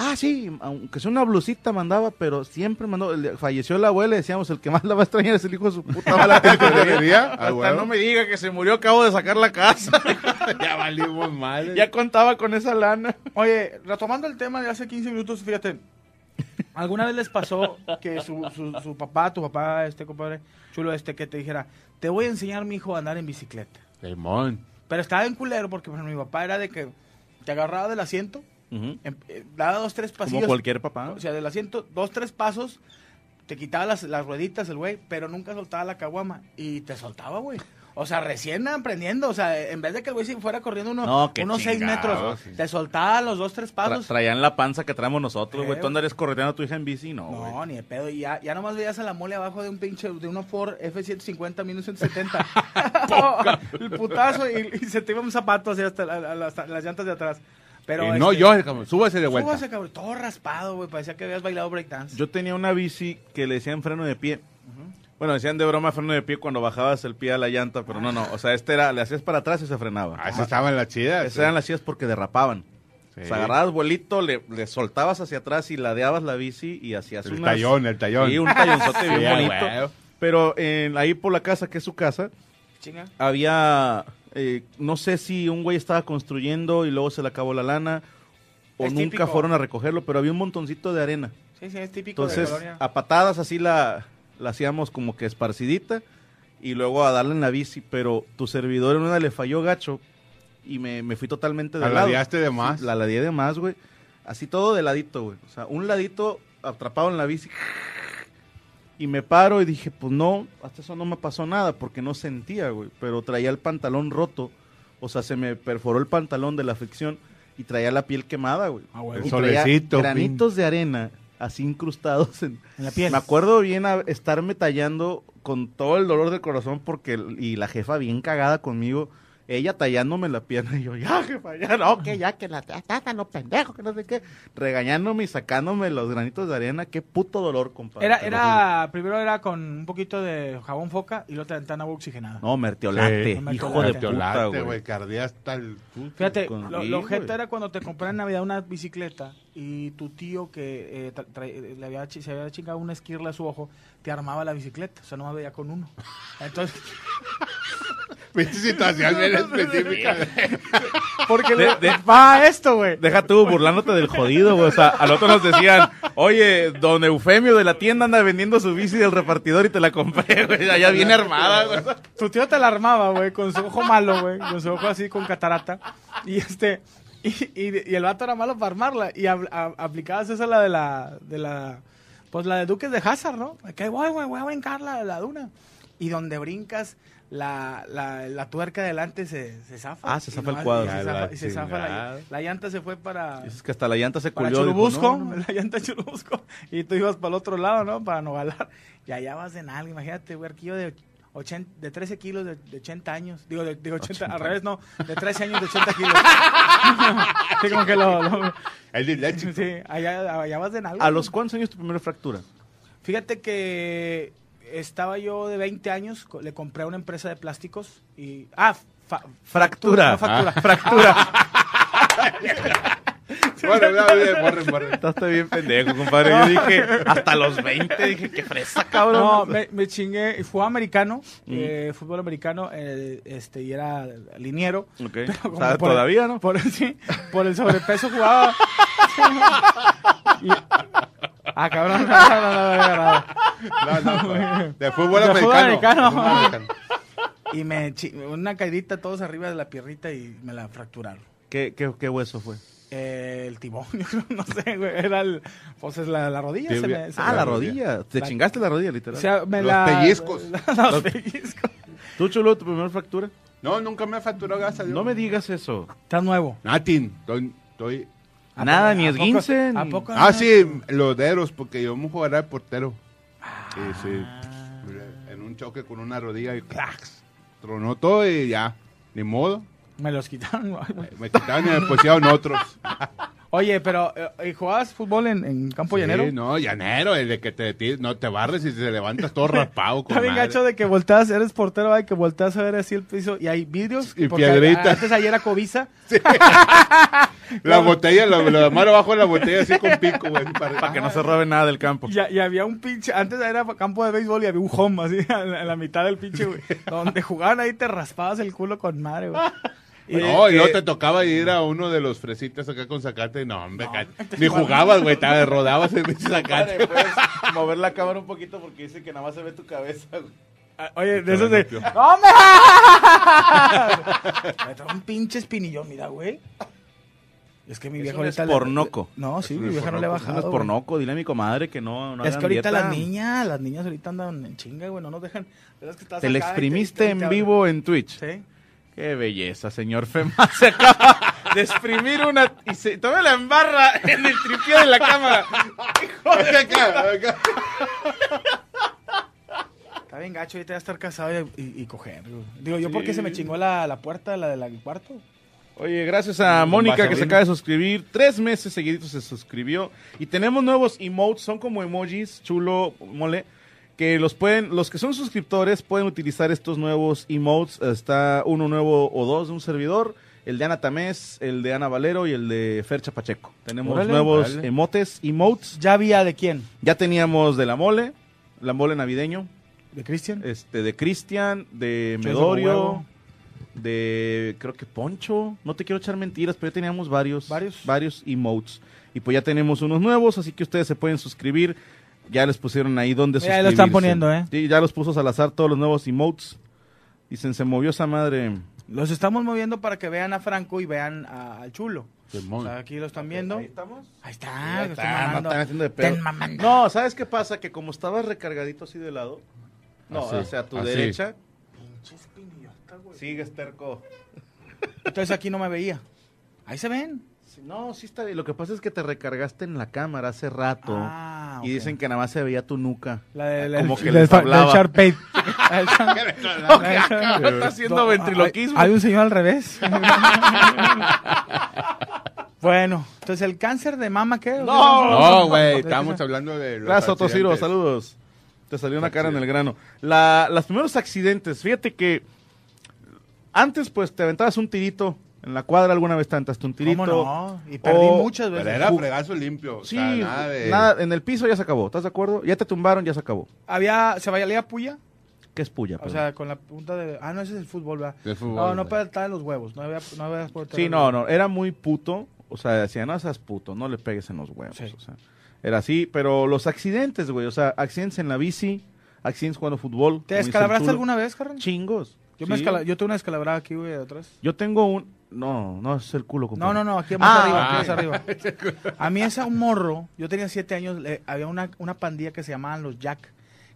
[SPEAKER 1] Ah, sí, aunque sea una blusita mandaba, pero siempre mandó. El- Falleció la abuela y decíamos, el que más la va a extrañar es el hijo de su puta mala tintorería.
[SPEAKER 5] ¿Tintorería? Ah,
[SPEAKER 1] Hasta
[SPEAKER 5] huevo.
[SPEAKER 1] no me diga que se murió, acabo de sacar la casa.
[SPEAKER 5] Ya valimos mal.
[SPEAKER 1] Ya contaba con esa lana.
[SPEAKER 2] Oye, retomando el tema de hace 15 minutos, fíjate. ¿Alguna vez les pasó que su, su, su papá, tu papá, este compadre chulo este, que te dijera, te voy a enseñar mi hijo a andar en bicicleta?
[SPEAKER 5] Simón.
[SPEAKER 2] Pero estaba en culero porque por ejemplo, mi papá era de que te agarraba del asiento, em- eh, daba dos, tres pasillos.
[SPEAKER 1] Como cualquier papá.
[SPEAKER 2] O sea, del asiento, dos, tres pasos, te quitaba las, las rueditas el güey, pero nunca soltaba la caguama y te soltaba, güey. O sea, recién aprendiendo, o sea, en vez de que el güey se fuera corriendo uno-
[SPEAKER 1] No, qué
[SPEAKER 2] unos seis
[SPEAKER 1] chingados,
[SPEAKER 2] metros,
[SPEAKER 1] sí.
[SPEAKER 2] te soltaba los dos, tres
[SPEAKER 1] Tra-
[SPEAKER 2] pasos.
[SPEAKER 1] traían la panza que traemos nosotros, güey.
[SPEAKER 2] Eh,
[SPEAKER 1] Tú andarías correteando a tu hija en bici, no,
[SPEAKER 2] No,
[SPEAKER 1] güey.
[SPEAKER 2] ni de pedo. Y ya, ya nomás veías a la mole abajo de un pinche, de una Ford F-150 1970. el putazo y, y se te iba un zapato así hasta la- la- las, las llantas de atrás. Pero
[SPEAKER 5] Y no
[SPEAKER 2] este,
[SPEAKER 5] yo, cabrón. Súbase de vuelta.
[SPEAKER 2] súbase, cabrón, todo raspado, güey. Parecía que habías bailado breakdance.
[SPEAKER 1] Yo tenía una bici que le decían freno de pie. Bueno, decían de broma freno de pie cuando bajabas el pie a la llanta, pero no, no. O sea, este era, le hacías para atrás y se frenaba.
[SPEAKER 5] Ah, esas estaban las chidas.
[SPEAKER 1] Esas eran las sillas porque derrapaban.
[SPEAKER 5] Sí.
[SPEAKER 1] O sea, agarrabas vuelito, le, le soltabas hacia atrás y ladeabas la bici y hacías
[SPEAKER 5] El
[SPEAKER 1] unas-
[SPEAKER 5] tallón, el tallón.
[SPEAKER 1] Sí, un tallonzote
[SPEAKER 5] Sí,
[SPEAKER 1] bien
[SPEAKER 5] ah,
[SPEAKER 1] bonito.
[SPEAKER 5] güey.
[SPEAKER 1] Pero en- ahí por la casa, que es su casa,
[SPEAKER 2] Chinga.
[SPEAKER 1] había, eh, no sé si un güey estaba construyendo y luego se le acabó la lana o
[SPEAKER 2] Es
[SPEAKER 1] nunca
[SPEAKER 2] típico.
[SPEAKER 1] fueron a recogerlo, pero había un montoncito de arena.
[SPEAKER 2] Sí, sí, es típico
[SPEAKER 1] Entonces,
[SPEAKER 2] de Colonia.
[SPEAKER 1] a patadas así la, la hacíamos como que esparcidita y luego a darle en la bici, pero tu servidor en una le falló gacho y me, me fui totalmente de
[SPEAKER 5] La
[SPEAKER 1] lado.
[SPEAKER 5] ladeaste de más.
[SPEAKER 1] Sí, La ladeé de más, güey. Así todo de ladito, güey. O sea, un ladito atrapado en la bici. Y me paro y dije, pues no, hasta eso no me pasó nada porque no sentía, güey. Pero traía el pantalón roto. O sea, se me perforó el pantalón de la fricción y traía la piel quemada, güey.
[SPEAKER 2] Ah, güey.
[SPEAKER 5] El
[SPEAKER 1] Y traía
[SPEAKER 5] solecito,
[SPEAKER 1] Granitos de arena así incrustados en,
[SPEAKER 6] En la piel.
[SPEAKER 1] me acuerdo bien a- estarme tallando con todo el dolor del corazón porque el- y la jefa bien cagada conmigo, ella tallándome la pierna y yo, ya jefa, ya no, que ya que la tata, los pendejos, que no sé qué, regañándome y sacándome los granitos de arena, qué puto dolor, compadre.
[SPEAKER 2] Era,
[SPEAKER 1] te lo juro.
[SPEAKER 2] era, primero era con un poquito de jabón foca y luego te aventaban agua oxigenada.
[SPEAKER 1] No, mertiolate,
[SPEAKER 2] Sí,
[SPEAKER 1] hijo de
[SPEAKER 5] Mertiolate,
[SPEAKER 1] puta,
[SPEAKER 5] güey.
[SPEAKER 1] güey.
[SPEAKER 5] Cardías hasta el puto.
[SPEAKER 2] Fíjate,
[SPEAKER 1] con-
[SPEAKER 2] lo,
[SPEAKER 1] sí,
[SPEAKER 2] lo
[SPEAKER 1] güey.
[SPEAKER 2] ojete era cuando te compré en Navidad una bicicleta y tu tío que eh, tra- trae- eh, le había, chi- se había chingado una esquirla a su ojo, te armaba la bicicleta. O sea, nomás veía con uno. Entonces,
[SPEAKER 5] Pinche situación bien específica.
[SPEAKER 2] porque
[SPEAKER 1] De-
[SPEAKER 2] le-
[SPEAKER 1] de-
[SPEAKER 2] va esto, güey.
[SPEAKER 1] Deja tú burlándote del jodido, güey. O sea, al otro nos decían, oye, don Eufemio de la tienda anda vendiendo su bici del repartidor y te la compré, güey. Allá viene armada, güey.
[SPEAKER 2] Tu tío te alarmaba, güey, con su ojo malo, güey, con su ojo así, con catarata. Y este, y, y- y el vato era malo para armarla. Y apl- a- aplicabas esa la de la, de la, pues la de Duques de Hazard, ¿no? Que voy, güey, voy a brincar la, la duna. Y donde brincas, la, la, la tuerca delante se, se zafa.
[SPEAKER 1] Ah, se
[SPEAKER 2] Y
[SPEAKER 1] zafa el
[SPEAKER 2] nomás-
[SPEAKER 1] cuadro.
[SPEAKER 2] Y se
[SPEAKER 5] A
[SPEAKER 2] zafa,
[SPEAKER 5] la
[SPEAKER 2] y se zafa la-
[SPEAKER 5] chingada.
[SPEAKER 2] la llanta se fue para...
[SPEAKER 1] Dices que hasta la llanta se
[SPEAKER 2] Para
[SPEAKER 1] culió. dijo,
[SPEAKER 2] Churubusco,
[SPEAKER 1] "No, no, no".
[SPEAKER 2] la llanta de Churubusco, y tú ibas para el otro lado, ¿no? Para no balar. Y allá vas de nalga, imagínate, güey, arquillo de, 80, de 13 kilos de, de 80 años. Digo, de, de 80, al revés, no, de 13 años de 80 kilos. sí, como que lo. lo-
[SPEAKER 5] El de la chica.
[SPEAKER 2] sí, allá, allá vas de nalga.
[SPEAKER 1] ¿A los cuántos años tu primera fractura?
[SPEAKER 2] Fíjate que estaba yo de 20 años, co- le compré a una empresa de plásticos y. Ah, fa-
[SPEAKER 1] Ah, Fractura.
[SPEAKER 2] no, factura.
[SPEAKER 5] Bueno, ya, ya, borren, borren.
[SPEAKER 1] Estás bien pendejo, compadre. Yo dije, hasta los 20, dije, qué fresa, cabrón.
[SPEAKER 2] No, me, me chingué. Fue americano, eh, fútbol americano, eh, este, y era liniero.
[SPEAKER 1] Ok.
[SPEAKER 2] Pero como
[SPEAKER 1] O sea,
[SPEAKER 2] por el-
[SPEAKER 1] todavía, ¿no?
[SPEAKER 2] Por, el- sí, por el sobrepeso jugaba. Y- ah, cabrón. No, no, no, no, no, no.
[SPEAKER 5] No, no, de
[SPEAKER 2] De
[SPEAKER 5] fútbol
[SPEAKER 2] fútbol
[SPEAKER 5] americano.
[SPEAKER 2] americano.
[SPEAKER 5] Fútbol americano.
[SPEAKER 2] Y me chi- una caidita todos arriba de la pierrita y me la fracturaron.
[SPEAKER 1] ¿Qué, qué, qué hueso fue?
[SPEAKER 2] Eh, el tibón, yo creo, no sé, güey. Era el, pues es la, la rodilla. se me- se
[SPEAKER 1] Ah,
[SPEAKER 2] me-
[SPEAKER 1] la rodilla. Te
[SPEAKER 2] La-
[SPEAKER 1] chingaste la rodilla, literal.
[SPEAKER 2] O sea, me
[SPEAKER 5] Los
[SPEAKER 2] la-
[SPEAKER 5] pellizcos.
[SPEAKER 2] los pellizcos.
[SPEAKER 1] ¿Tú, chulo, tu primera fractura?
[SPEAKER 5] No, nunca me ha facturado gas.
[SPEAKER 1] No me digas eso.
[SPEAKER 2] Estás nuevo.
[SPEAKER 5] Natin, estoy- estoy-
[SPEAKER 2] ¿A
[SPEAKER 1] Nada,
[SPEAKER 2] poco-
[SPEAKER 1] ni
[SPEAKER 2] a poco-
[SPEAKER 1] esguince.
[SPEAKER 2] ¿A
[SPEAKER 1] ni-
[SPEAKER 2] poco
[SPEAKER 5] Ah,
[SPEAKER 2] no?
[SPEAKER 5] sí, los dedos, porque yo me jugaré portero. Sí, sí. En un choque con una rodilla y clax. Tronó todo y ya. Ni modo.
[SPEAKER 2] Me los quitaron. güey.
[SPEAKER 5] Me quitaron y me pusieron otros.
[SPEAKER 2] Oye, pero eh, ¿y ¿jugabas fútbol en, en campo llanero?
[SPEAKER 5] Sí, no, llanero, el de que te ti- no te barres y te levantas todo raspado. con
[SPEAKER 2] Está bien
[SPEAKER 5] madre.
[SPEAKER 2] gacho de que volteas, eres portero, hay que volteas a ver así el piso y hay vidrios.
[SPEAKER 5] Y
[SPEAKER 2] porque
[SPEAKER 5] piedritas.
[SPEAKER 2] a- Antes ayer era cobiza.
[SPEAKER 5] La botella, lo, lo de mano abajo de la botella así con pico, güey. Para,
[SPEAKER 1] Para que no se robe nada del campo.
[SPEAKER 2] Y, y había un pinche, antes era campo de béisbol y había un home así en la, en la mitad del pinche, güey. Donde jugaban ahí te raspabas el culo con madre, güey. Y-
[SPEAKER 5] No, y luego te tocaba ir a uno de los fresitas acá con zacate. No, hombre, ca- ni jugabas, güey, te rodabas el pinche zacate.
[SPEAKER 1] mover la cámara un poquito porque dice que nada más se ve tu cabeza,
[SPEAKER 2] ah, Oye, de esos de.
[SPEAKER 5] Te
[SPEAKER 2] ¡No
[SPEAKER 5] van
[SPEAKER 2] me Me trae un pinche espinillón, mira, güey. Es que mi
[SPEAKER 1] Es
[SPEAKER 2] viejo
[SPEAKER 1] un
[SPEAKER 2] ahorita le-
[SPEAKER 1] pornoco.
[SPEAKER 2] No, sí,
[SPEAKER 5] Es un
[SPEAKER 2] mi vieja no le ha
[SPEAKER 5] espornoco,
[SPEAKER 2] bajado.
[SPEAKER 1] Es
[SPEAKER 2] güey.
[SPEAKER 1] pornoco, dile a mi comadre que no, no
[SPEAKER 2] es
[SPEAKER 1] hagan
[SPEAKER 2] que
[SPEAKER 1] dieta.
[SPEAKER 2] ahorita las niñas, las niñas ahorita andan en chinga, güey, no nos dejan. Es que estás
[SPEAKER 1] Te la
[SPEAKER 2] acá y
[SPEAKER 1] exprimiste
[SPEAKER 2] y te- y
[SPEAKER 1] en
[SPEAKER 2] te-
[SPEAKER 1] vivo en Twitch.
[SPEAKER 2] Sí.
[SPEAKER 1] Qué belleza, señor Fema. Se acaba de exprimir una y se toma la embarra en el tripié de la cámara.
[SPEAKER 5] Acá, acá, acá.
[SPEAKER 2] Está bien gacho, ahorita ya estar casado y, y- y coger, güey. Digo, yo porque se me chingó la, la puerta, la del cuarto.
[SPEAKER 1] Oye, gracias a Mónica que se
[SPEAKER 5] vaselina.
[SPEAKER 1] acaba de suscribir. Tres meses seguiditos se suscribió. Y tenemos nuevos emotes, son como emojis, chulo, mole. Que los pueden, los que son suscriptores pueden utilizar estos nuevos emotes. Está uno nuevo o dos de un servidor. El de Ana Tamés, el de Ana Valero y el de Fercha Pacheco. Tenemos
[SPEAKER 2] Órale.
[SPEAKER 1] nuevos
[SPEAKER 5] Órale.
[SPEAKER 1] emotes, emotes.
[SPEAKER 2] ¿Ya había de quién?
[SPEAKER 1] Ya teníamos de la mole, la mole navideño,
[SPEAKER 2] ¿De Cristian?
[SPEAKER 1] este, de Cristian, de
[SPEAKER 2] Chorizo
[SPEAKER 1] Medorio,
[SPEAKER 2] con huevo.
[SPEAKER 1] de creo que Poncho. No te quiero echar mentiras, pero ya teníamos varios,
[SPEAKER 2] Varios.
[SPEAKER 1] varios emotes. Y pues ya tenemos unos nuevos, así que ustedes se pueden suscribir. Ya les pusieron ahí donde
[SPEAKER 2] Ya ahí lo están poniendo, ¿eh?
[SPEAKER 1] Sí, ya los puso Salazar todos los nuevos emotes. Dicen, se movió esa madre.
[SPEAKER 2] Los estamos moviendo para que vean a Franco y vean a- al chulo. O sea, aquí lo están viendo. Ahí
[SPEAKER 1] estamos.
[SPEAKER 2] está, lo están
[SPEAKER 1] Ah, no
[SPEAKER 2] mamando.
[SPEAKER 1] están haciendo de pedo.
[SPEAKER 2] Están mamando.
[SPEAKER 1] No, ¿sabes qué pasa? Que como estabas recargadito así de lado, no,
[SPEAKER 5] Así,
[SPEAKER 1] o sea, a tu
[SPEAKER 5] así.
[SPEAKER 1] derecha. Sigues terco.
[SPEAKER 2] Entonces aquí no me veía. Ahí se ven.
[SPEAKER 1] Sí, No, sí está bien. Lo que pasa es que te recargaste en la cámara hace rato.
[SPEAKER 2] Ah,
[SPEAKER 1] Y
[SPEAKER 2] ok.
[SPEAKER 1] dicen que nada más se veía tu nuca.
[SPEAKER 2] La de- la-
[SPEAKER 1] Ah, Como
[SPEAKER 2] el-
[SPEAKER 1] que les hablaba.
[SPEAKER 6] Sharpay.
[SPEAKER 2] el-
[SPEAKER 1] Está haciendo
[SPEAKER 2] No,
[SPEAKER 1] ventriloquismo.
[SPEAKER 2] Hay, hay un señor al revés. bueno, entonces el cáncer de mama, ¿qué?
[SPEAKER 5] No, güey, estábamos hablando de los
[SPEAKER 1] Gracias, Sotociro.
[SPEAKER 5] accidentes.
[SPEAKER 1] Saludos. Te salió una cara en el
[SPEAKER 5] Accidentes.
[SPEAKER 1] grano. La, los primeros accidentes. Fíjate que antes, pues, te aventabas un tirito. En la cuadra alguna vez te aventaste un tirito.
[SPEAKER 2] ¿Cómo no? Y perdí
[SPEAKER 1] o-
[SPEAKER 2] muchas
[SPEAKER 5] Pero
[SPEAKER 2] veces.
[SPEAKER 5] era fregazo limpio.
[SPEAKER 1] Sí,
[SPEAKER 5] o sea, nada de...
[SPEAKER 1] nada, en el piso ya se acabó. ¿Estás de acuerdo? Ya te tumbaron, ya se acabó.
[SPEAKER 2] Había, se valía puya,
[SPEAKER 1] ¿Qué es puya?
[SPEAKER 2] o
[SPEAKER 1] perdón?
[SPEAKER 2] sea, con la punta de... Ah, no, ese es el fútbol, ¿verdad?
[SPEAKER 5] Del fútbol,
[SPEAKER 2] no, no
[SPEAKER 5] güey.
[SPEAKER 2] para estar en los huevos, no había... No había para atar
[SPEAKER 1] Sí,
[SPEAKER 2] en
[SPEAKER 1] no,
[SPEAKER 2] los
[SPEAKER 1] no, era muy puto. O sea, decía, no seas puto, no le pegues en los huevos.
[SPEAKER 2] Sí.
[SPEAKER 1] O sea, era así, pero los accidentes, güey. O sea, accidentes en la bici, accidentes jugando fútbol.
[SPEAKER 2] ¿Te
[SPEAKER 1] como dice el
[SPEAKER 2] descalabraste
[SPEAKER 1] chulo.
[SPEAKER 2] alguna vez, carnal?
[SPEAKER 1] Chingos.
[SPEAKER 2] Yo, me
[SPEAKER 1] Sí.
[SPEAKER 2] escala- yo tengo una descalabrada aquí, güey, de atrás.
[SPEAKER 1] Yo tengo un. No, no es el culo.
[SPEAKER 2] No,
[SPEAKER 1] compadre.
[SPEAKER 2] no, no, aquí más
[SPEAKER 1] Ah,
[SPEAKER 2] arriba, aquí
[SPEAKER 1] ah.
[SPEAKER 2] más arriba. A mí esa un morro, yo tenía siete años, le- había una, una pandilla que se llamaban los Jack,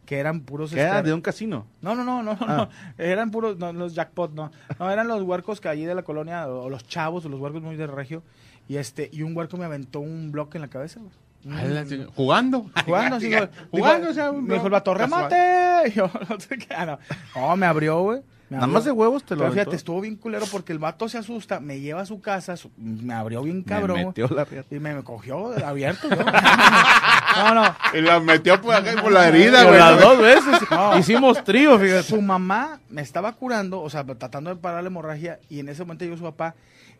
[SPEAKER 2] que eran puros...
[SPEAKER 1] Que era
[SPEAKER 2] este,
[SPEAKER 1] de un casino.
[SPEAKER 2] No, no, no, no, no,
[SPEAKER 1] Ah.
[SPEAKER 2] no. Eran puros, no, los jackpot, no. No, eran los huercos que allí de la colonia, o los chavos, o los huercos muy de regio. Y este, y un huerco me aventó un bloque en la cabeza, güey.
[SPEAKER 5] A la chingada. ¿Jugando?
[SPEAKER 2] Jugando, sí, güey.
[SPEAKER 5] Jugando,
[SPEAKER 2] Dijo-
[SPEAKER 5] o sea, un
[SPEAKER 2] Me dijo el vato,
[SPEAKER 5] casual.
[SPEAKER 2] remate. Y yo, no sé qué. ah, No, No, me abrió, güey. Me
[SPEAKER 1] Nada
[SPEAKER 2] abrió.
[SPEAKER 1] más de huevos te lo
[SPEAKER 2] Pero
[SPEAKER 1] aventó.
[SPEAKER 2] fíjate, estuvo bien culero porque el vato se asusta, me lleva a su casa, su- me abrió bien
[SPEAKER 1] Me
[SPEAKER 2] cabrón. güey.
[SPEAKER 1] metió la riata.
[SPEAKER 2] Y me, me cogió abierto, güey. No, no.
[SPEAKER 5] Y la metió por acá y por la herida,
[SPEAKER 1] Pero
[SPEAKER 5] güey.
[SPEAKER 1] las dos veces.
[SPEAKER 2] No.
[SPEAKER 1] Hicimos trío,
[SPEAKER 2] Su
[SPEAKER 1] fíjate.
[SPEAKER 2] mamá me estaba curando, o sea, tratando de parar la hemorragia, y en ese momento llegó su papá.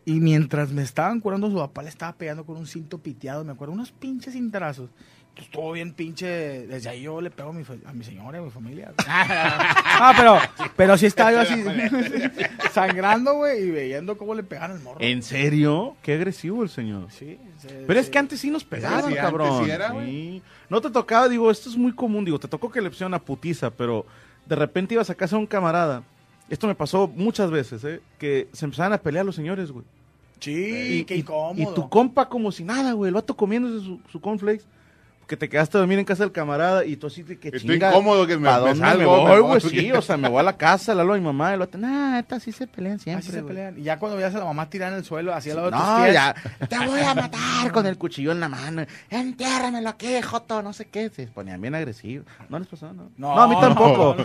[SPEAKER 2] Y mientras me estaban curando, su papá le estaba pegando con un cinto piteado, me acuerdo, unos pinches cintarazos. Entonces, todo bien pinche. Desde ahí yo le pego a mi, fa- a mi señora, a mi familia. ah, pero, pero sí estaba yo así, sangrando, güey, y viendo cómo le pegaron al morro.
[SPEAKER 1] ¿En serio? Qué agresivo el señor.
[SPEAKER 2] Sí, se-
[SPEAKER 1] Eh, Pero es
[SPEAKER 2] se-
[SPEAKER 1] que antes sí nos pegaban,
[SPEAKER 5] Sí, antes
[SPEAKER 1] cabrón.
[SPEAKER 5] sí era, güey.
[SPEAKER 1] Sí. No te tocaba, digo, esto es muy común, digo, te tocó que le pusieron una putiza, pero de repente ibas a casa de un camarada. Esto me pasó muchas veces, ¿eh? Que se empezaban a pelear los señores, güey.
[SPEAKER 2] Sí, qué incómodo.
[SPEAKER 1] Y tu compa como si nada, güey, el vato comiéndose su, su cornflakes. Que te quedaste a dormir en casa del camarada y tú así de que
[SPEAKER 5] Estoy
[SPEAKER 1] chinga,
[SPEAKER 5] incómodo que me-
[SPEAKER 1] ¿pa'
[SPEAKER 5] me
[SPEAKER 1] dónde
[SPEAKER 5] salgo,
[SPEAKER 1] me
[SPEAKER 5] me
[SPEAKER 1] voy, güey?
[SPEAKER 5] voy?
[SPEAKER 1] Sí, o sea, me voy a la casa, la hablo a mi mamá, el vato, nah, estas sí se
[SPEAKER 5] Ah,
[SPEAKER 1] pelean siempre,
[SPEAKER 2] Así se
[SPEAKER 1] güey".
[SPEAKER 2] pelean. Y ya cuando veías a la mamá tirada en el suelo, hacia el lado de tus
[SPEAKER 1] No,
[SPEAKER 2] pies.
[SPEAKER 1] ya. Te voy a matar con el cuchillo en la mano. Entiérramelo aquí, Joto, no sé qué. Se ponían bien agresivos. No les pasó, ¿no?
[SPEAKER 2] No,
[SPEAKER 1] a mí
[SPEAKER 2] no,
[SPEAKER 1] tampoco.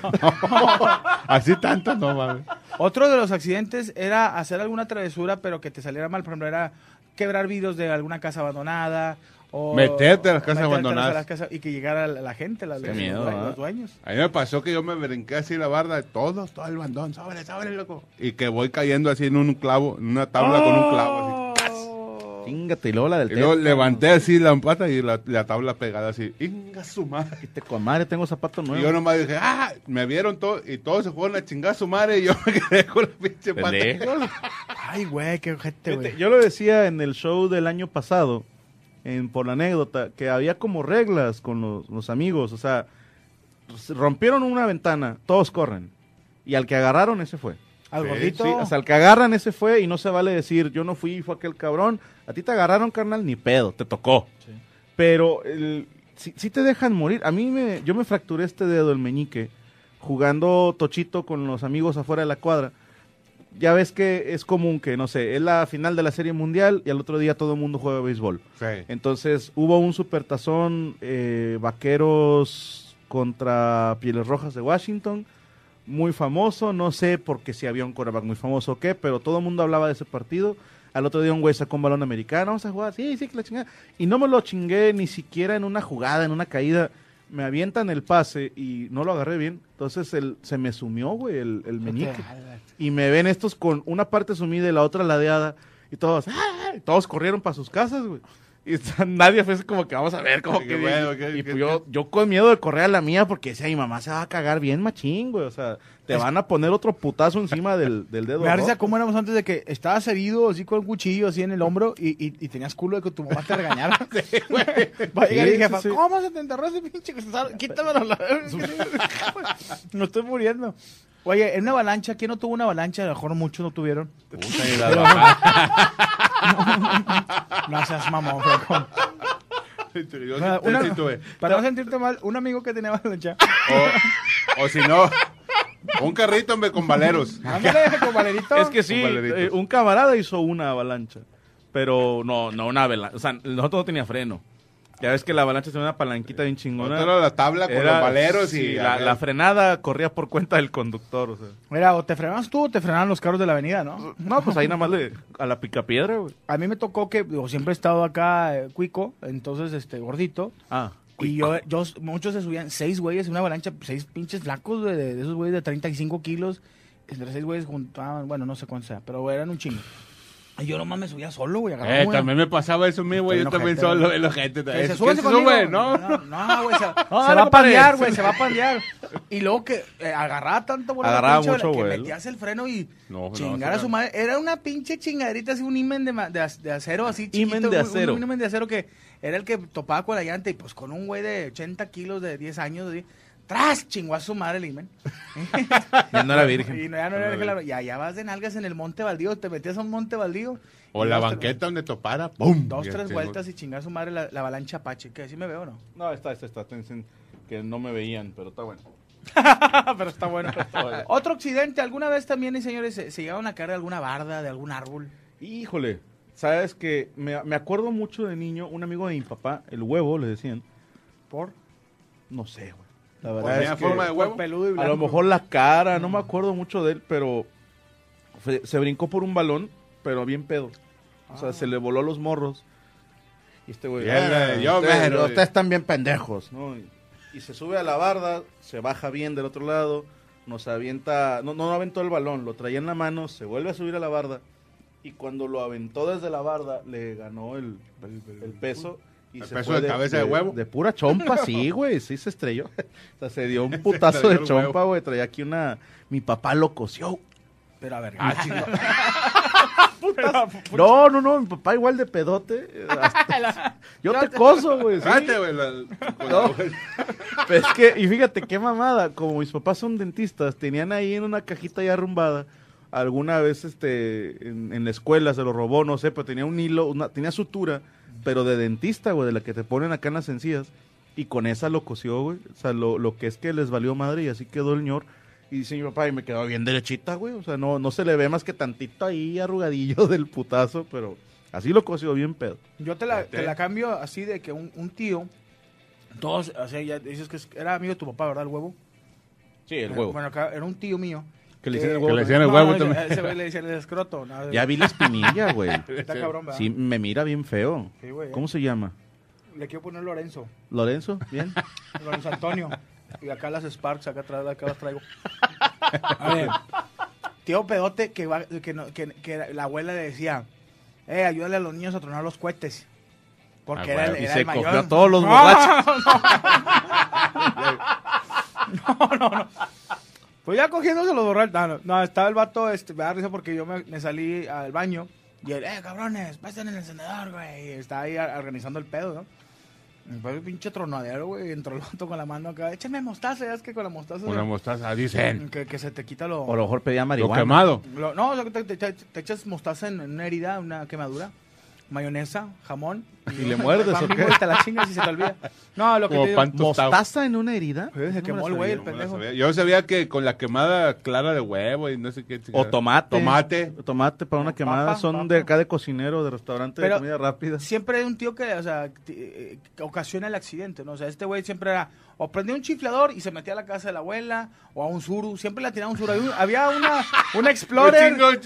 [SPEAKER 5] Así tanto no, mames.
[SPEAKER 2] Otro de los accidentes era hacer alguna travesura, pero que te saliera mal. Por ejemplo, era quebrar vidrios de alguna casa abandonada. O
[SPEAKER 5] Meterte a las casas
[SPEAKER 2] meterte
[SPEAKER 5] abandonadas.
[SPEAKER 2] a las casas y que llegara la, la gente, la-
[SPEAKER 1] Qué
[SPEAKER 2] los,
[SPEAKER 1] miedo,
[SPEAKER 2] due-
[SPEAKER 1] ¿eh?
[SPEAKER 2] los dueños.
[SPEAKER 5] A mí me pasó que yo me brinqué así la barda de todos, todo el bandón, sobre, sobre, loco. Y que voy cayendo así en un clavo, en una tabla con un clavo. Así.
[SPEAKER 1] Chingate, y luego la del
[SPEAKER 5] Y luego
[SPEAKER 1] teto.
[SPEAKER 5] levanté así la pata y la, la tabla pegada así. Inga su madre.
[SPEAKER 1] Dijiste, "Con madre, tengo zapatos
[SPEAKER 5] Y
[SPEAKER 1] nuevos.
[SPEAKER 5] yo nomás dije, ah, me vieron todo y todos se fueron a chingar a su madre y yo me quedé con la pinche pata.
[SPEAKER 2] Ay, güey, qué gente,
[SPEAKER 1] Fíjate,
[SPEAKER 2] güey.
[SPEAKER 1] yo lo decía en el show del año pasado, en, por la anécdota, que había como reglas con los, los amigos. O sea, se rompieron una ventana, todos corren. Y al que agarraron, ese fue.
[SPEAKER 2] Al
[SPEAKER 5] Sí,
[SPEAKER 2] gordito.
[SPEAKER 1] Sí, o sea, el que agarran ese fue y no se vale decir, yo no fui, fue aquel cabrón. A ti te agarraron, carnal, ni pedo, te tocó. Pero el- si, si te dejan morir. A mí me, yo me fracturé este dedo, el meñique, jugando tochito con los amigos afuera de la cuadra. Ya ves que es común que, no sé, es la final de la Serie Mundial y al otro día todo el mundo juega béisbol.
[SPEAKER 5] Sí.
[SPEAKER 1] Entonces hubo un supertazón eh, vaqueros contra Pieles Rojas de Washington, muy famoso, no sé por qué si había un quarterback muy famoso o qué, pero todo el mundo hablaba de ese partido. Al otro día un güey sacó un balón americano, vamos a jugar, sí, sí, que la chingada. Y no me lo chingué ni siquiera en una jugada, en una caída. Me avientan el pase y no lo agarré bien. Entonces el, se me sumió, güey, el, el meñique. Y me ven estos con una parte sumida y la otra ladeada. Y todos, ¡ah! Y todos corrieron para sus casas, güey. Y está- nadie fue así como que vamos a ver cómo
[SPEAKER 5] Qué
[SPEAKER 1] que.
[SPEAKER 5] bueno,
[SPEAKER 1] y
[SPEAKER 5] qué-
[SPEAKER 1] y
[SPEAKER 5] qué-
[SPEAKER 1] pues yo, yo con miedo de correr a la mía porque decía, mi mamá se va a cagar bien machín, güey. O sea, te van a poner otro putazo encima del, del dedo.
[SPEAKER 2] Me da
[SPEAKER 1] rojo.
[SPEAKER 2] risa cómo éramos antes de que estabas herido así con un cuchillo así en el hombro y, y, y tenías culo de que tu mamá te regañara. Va a llegar
[SPEAKER 1] Sí,
[SPEAKER 2] y jefa,
[SPEAKER 1] sí, sí.
[SPEAKER 2] ¿cómo se te enterró ese pinche? que se sabe? Quítamelo. la verga". no estoy muriendo. Oye, en una avalancha, ¿quién no tuvo una avalancha? A lo mejor muchos no tuvieron.
[SPEAKER 5] Puta, y la verdad.
[SPEAKER 2] No seas mamón, Franco.
[SPEAKER 5] Yo
[SPEAKER 2] Una-
[SPEAKER 5] sí- sí tuve.
[SPEAKER 2] Para no sentirte mal, un amigo que tenía avalancha.
[SPEAKER 5] O, o si no, un carrito, hombre, con valeros.
[SPEAKER 2] Ándale, con Valerito.
[SPEAKER 1] Es que sí,
[SPEAKER 5] Con baladitos.
[SPEAKER 1] eh, un camarada hizo una avalancha, pero no, no una avalancha. O sea, nosotros no tenía freno. Ya ves que la avalancha tenía una palanquita bien chingona.
[SPEAKER 5] Nosotros la tabla con los valeros
[SPEAKER 1] sí,
[SPEAKER 5] y...
[SPEAKER 1] la, la frenada corría por cuenta del conductor. o sea.
[SPEAKER 2] Mira, o te frenabas tú o te frenaban los carros de la avenida, ¿no?
[SPEAKER 1] No, pues ahí nada más le, a la picapiedra, güey.
[SPEAKER 2] A mí me tocó que, digo, siempre he estado acá eh, cuico, entonces, este, gordito.
[SPEAKER 1] Ah,
[SPEAKER 2] Y
[SPEAKER 5] eh,
[SPEAKER 2] yo, yo, muchos se subían, seis güeyes en una avalancha, seis pinches flacos, güey, de, de esos güeyes de 35 kilos. Entre seis güeyes juntaban, bueno, no sé cuánto sea, pero eran un chingo. Y yo nomás me subía solo, güey. agarraba
[SPEAKER 5] Eh,
[SPEAKER 2] una.
[SPEAKER 5] también me pasaba eso mío, güey. Yo
[SPEAKER 2] Estoy
[SPEAKER 5] también
[SPEAKER 2] enojete,
[SPEAKER 5] solo,
[SPEAKER 2] güey.
[SPEAKER 5] el ojete.
[SPEAKER 2] Que
[SPEAKER 5] ¿Qué
[SPEAKER 2] se
[SPEAKER 5] se
[SPEAKER 2] sube, se
[SPEAKER 5] sube, no?
[SPEAKER 2] No, no, güey, se,
[SPEAKER 1] dale,
[SPEAKER 2] se va a
[SPEAKER 1] compadre.
[SPEAKER 2] pandear, güey, se va a pandear. Y luego que eh, agarraba tanto vuelo la
[SPEAKER 1] Agarraba
[SPEAKER 2] pinche
[SPEAKER 1] mucho
[SPEAKER 2] que
[SPEAKER 1] vuelo.
[SPEAKER 2] metías el freno y
[SPEAKER 5] No, no,
[SPEAKER 2] chingar a
[SPEAKER 5] sí,
[SPEAKER 2] su
[SPEAKER 5] no.
[SPEAKER 2] madre. Era una pinche chingaderita así, un imen de, ma- de, ac- de acero así chiquito.
[SPEAKER 1] Himen de
[SPEAKER 2] un- un-
[SPEAKER 1] acero.
[SPEAKER 2] Un, imen de acero que era el que topaba con la llanta y pues con un güey de 80 kilos de 10 años, así, tras, chingó a su madre el imen.
[SPEAKER 1] ya no era
[SPEAKER 2] Y
[SPEAKER 1] virgen.
[SPEAKER 2] no, ya no era claro. Y allá vas de nalgas en el monte baldío, te metías a un monte baldío.
[SPEAKER 5] O
[SPEAKER 2] y
[SPEAKER 5] la
[SPEAKER 2] dos, tres-
[SPEAKER 5] banqueta donde topara, ¡pum!
[SPEAKER 2] Dos,
[SPEAKER 5] Ya
[SPEAKER 2] tres
[SPEAKER 5] tengo-
[SPEAKER 2] vueltas y chingar a su madre la, la avalancha Apache. Que así me veo, ¿no?
[SPEAKER 1] No, está, está, está. ten- ten- Que no me veían, pero está bueno.
[SPEAKER 2] pero está bueno. Otro accidente, ¿alguna vez también, eh, señores, se, se llegaron a caer de alguna barda, de algún árbol?
[SPEAKER 1] Híjole, sabes que me, me acuerdo mucho de niño, un amigo de mi papá, el huevo, le decían. ¿Por? No sé, güey. La verdad
[SPEAKER 5] Tenía
[SPEAKER 1] es que
[SPEAKER 5] forma de huevo.
[SPEAKER 2] Por peludo y
[SPEAKER 1] a
[SPEAKER 2] blanco.
[SPEAKER 1] lo mejor la cara, no me acuerdo mucho de él, pero fue- se brincó por un balón, pero bien pedo. O sea, se le voló los morros. Y este güey,
[SPEAKER 5] Y él,
[SPEAKER 1] "Ah,
[SPEAKER 5] eh, yo
[SPEAKER 1] ustedes-
[SPEAKER 5] mero".
[SPEAKER 1] ustedes están bien pendejos, ¿no? Y, y se sube a la barda, se baja bien del otro lado, nos avienta, no, no aventó el balón, lo traía en la mano, se vuelve a subir a la barda y cuando lo aventó desde la barda le ganó el, el peso. Y
[SPEAKER 5] El peso de cabeza de huevo.
[SPEAKER 1] De pura chompa, sí, güey, sí se estrelló. O sea, se dio un putazo
[SPEAKER 5] estrelló
[SPEAKER 1] de
[SPEAKER 5] el
[SPEAKER 1] chompa,
[SPEAKER 5] huevo.
[SPEAKER 1] güey, traía aquí una... Mi papá lo coció.
[SPEAKER 2] Pero a ver,
[SPEAKER 5] Ah,
[SPEAKER 1] No, no, no, mi papá igual de pedote. eh, hasta- Yo Ah, te coso, güey. sí.
[SPEAKER 5] Espérate, güey. la- con
[SPEAKER 1] No.
[SPEAKER 5] la-
[SPEAKER 1] Pero es que, y fíjate qué mamada, como mis papás son dentistas, tenían ahí en una cajita ya arrumbada, alguna vez este, en, en la escuela se lo robó, no sé, pero tenía un hilo, una, tenía sutura, pero de dentista, güey, de la que te ponen acá en las encías, y con esa lo cosió, güey, o sea, lo, lo que es que les valió madre y así quedó el ñor. Y dice mi papá, y me quedó bien derechita, güey. O sea, no, no se le ve más que tantito ahí arrugadillo del putazo, pero así lo cosió bien pedo.
[SPEAKER 2] yo te la, te la cambio así de que un, un tío, todos, o sea, ya dices que es- era amigo de tu papá, ¿verdad? El huevo.
[SPEAKER 1] Sí, el
[SPEAKER 2] Bueno, acá era un tío mío.
[SPEAKER 1] Que le hicieron el huevo.
[SPEAKER 5] Que le hicieron el huevo
[SPEAKER 2] ese-
[SPEAKER 5] también.
[SPEAKER 2] Ese, güey le decían el escroto. no,
[SPEAKER 1] Ya vi la espinilla, güey.
[SPEAKER 2] Está cabrón, ¿verdad?
[SPEAKER 1] Sí, me mira bien feo.
[SPEAKER 2] Sí, güey, eh.
[SPEAKER 1] ¿Cómo se llama?
[SPEAKER 2] Le quiero poner Lorenzo,
[SPEAKER 1] ¿Lorenzo? ¿Bien?
[SPEAKER 2] Lorenzo Antonio. Y acá las Sparks, acá, atrás, acá las traigo. A ver, tío pedote que, va- que, no- que- que la abuela le decía, eh, ayúdale a los niños a tronar los cohetes. Porque
[SPEAKER 5] Ah,
[SPEAKER 2] era, el,
[SPEAKER 5] güey,
[SPEAKER 1] y
[SPEAKER 2] era
[SPEAKER 1] se
[SPEAKER 2] el mayor.
[SPEAKER 1] cogió a todos los
[SPEAKER 2] No,
[SPEAKER 1] borrachos.
[SPEAKER 2] Pues ya cogiéndose los borrachos. No, no, no, estaba el vato, este, me da risa porque yo me, me salí al baño y él, eh, cabrones, pasen el encendedor, güey. Y estaba ahí a- organizando el pedo, ¿no? Y fue el pinche tronadero, güey. Entró el vato con la mano acá, échame mostaza, ya es que con la mostaza.
[SPEAKER 5] Una mostaza, dicen.
[SPEAKER 2] que, que se te quita lo.
[SPEAKER 1] O a lo mejor pedía
[SPEAKER 5] Lo
[SPEAKER 1] marihuana.
[SPEAKER 5] quemado.
[SPEAKER 2] Lo- no, o sea, que te, te- te echas mostaza en en una herida, una quemadura, mayonesa, jamón.
[SPEAKER 1] ¿Y le muerdes
[SPEAKER 2] pan
[SPEAKER 1] o qué?
[SPEAKER 2] bimbo y te la chingas y se te olvida. No, lo que
[SPEAKER 5] Como
[SPEAKER 2] te digo,
[SPEAKER 5] pan tostado.
[SPEAKER 1] ¿Mostaza en una herida?
[SPEAKER 2] Eh, se
[SPEAKER 1] No
[SPEAKER 2] quemó
[SPEAKER 1] me la
[SPEAKER 2] el güey, el
[SPEAKER 1] sabía.
[SPEAKER 2] pendejo.
[SPEAKER 5] Yo sabía que con la quemada clara de huevo y no sé qué.
[SPEAKER 1] O tomate.
[SPEAKER 5] Tomate.
[SPEAKER 1] Tomate para una quemada.
[SPEAKER 2] papa,
[SPEAKER 1] Son
[SPEAKER 2] papa.
[SPEAKER 1] de acá de cocinero, de restaurante
[SPEAKER 2] Pero-
[SPEAKER 1] de comida rápida.
[SPEAKER 2] Siempre hay un tío que, o sea, ti- eh, que ocasiona el accidente, ¿no? O sea, este güey siempre era, o prendía un chiflador y se metía a la casa de la abuela, o a un suru, siempre la tiraba a un suru. Había un- Había una, un explorer,
[SPEAKER 5] Un chingo, un
[SPEAKER 2] un,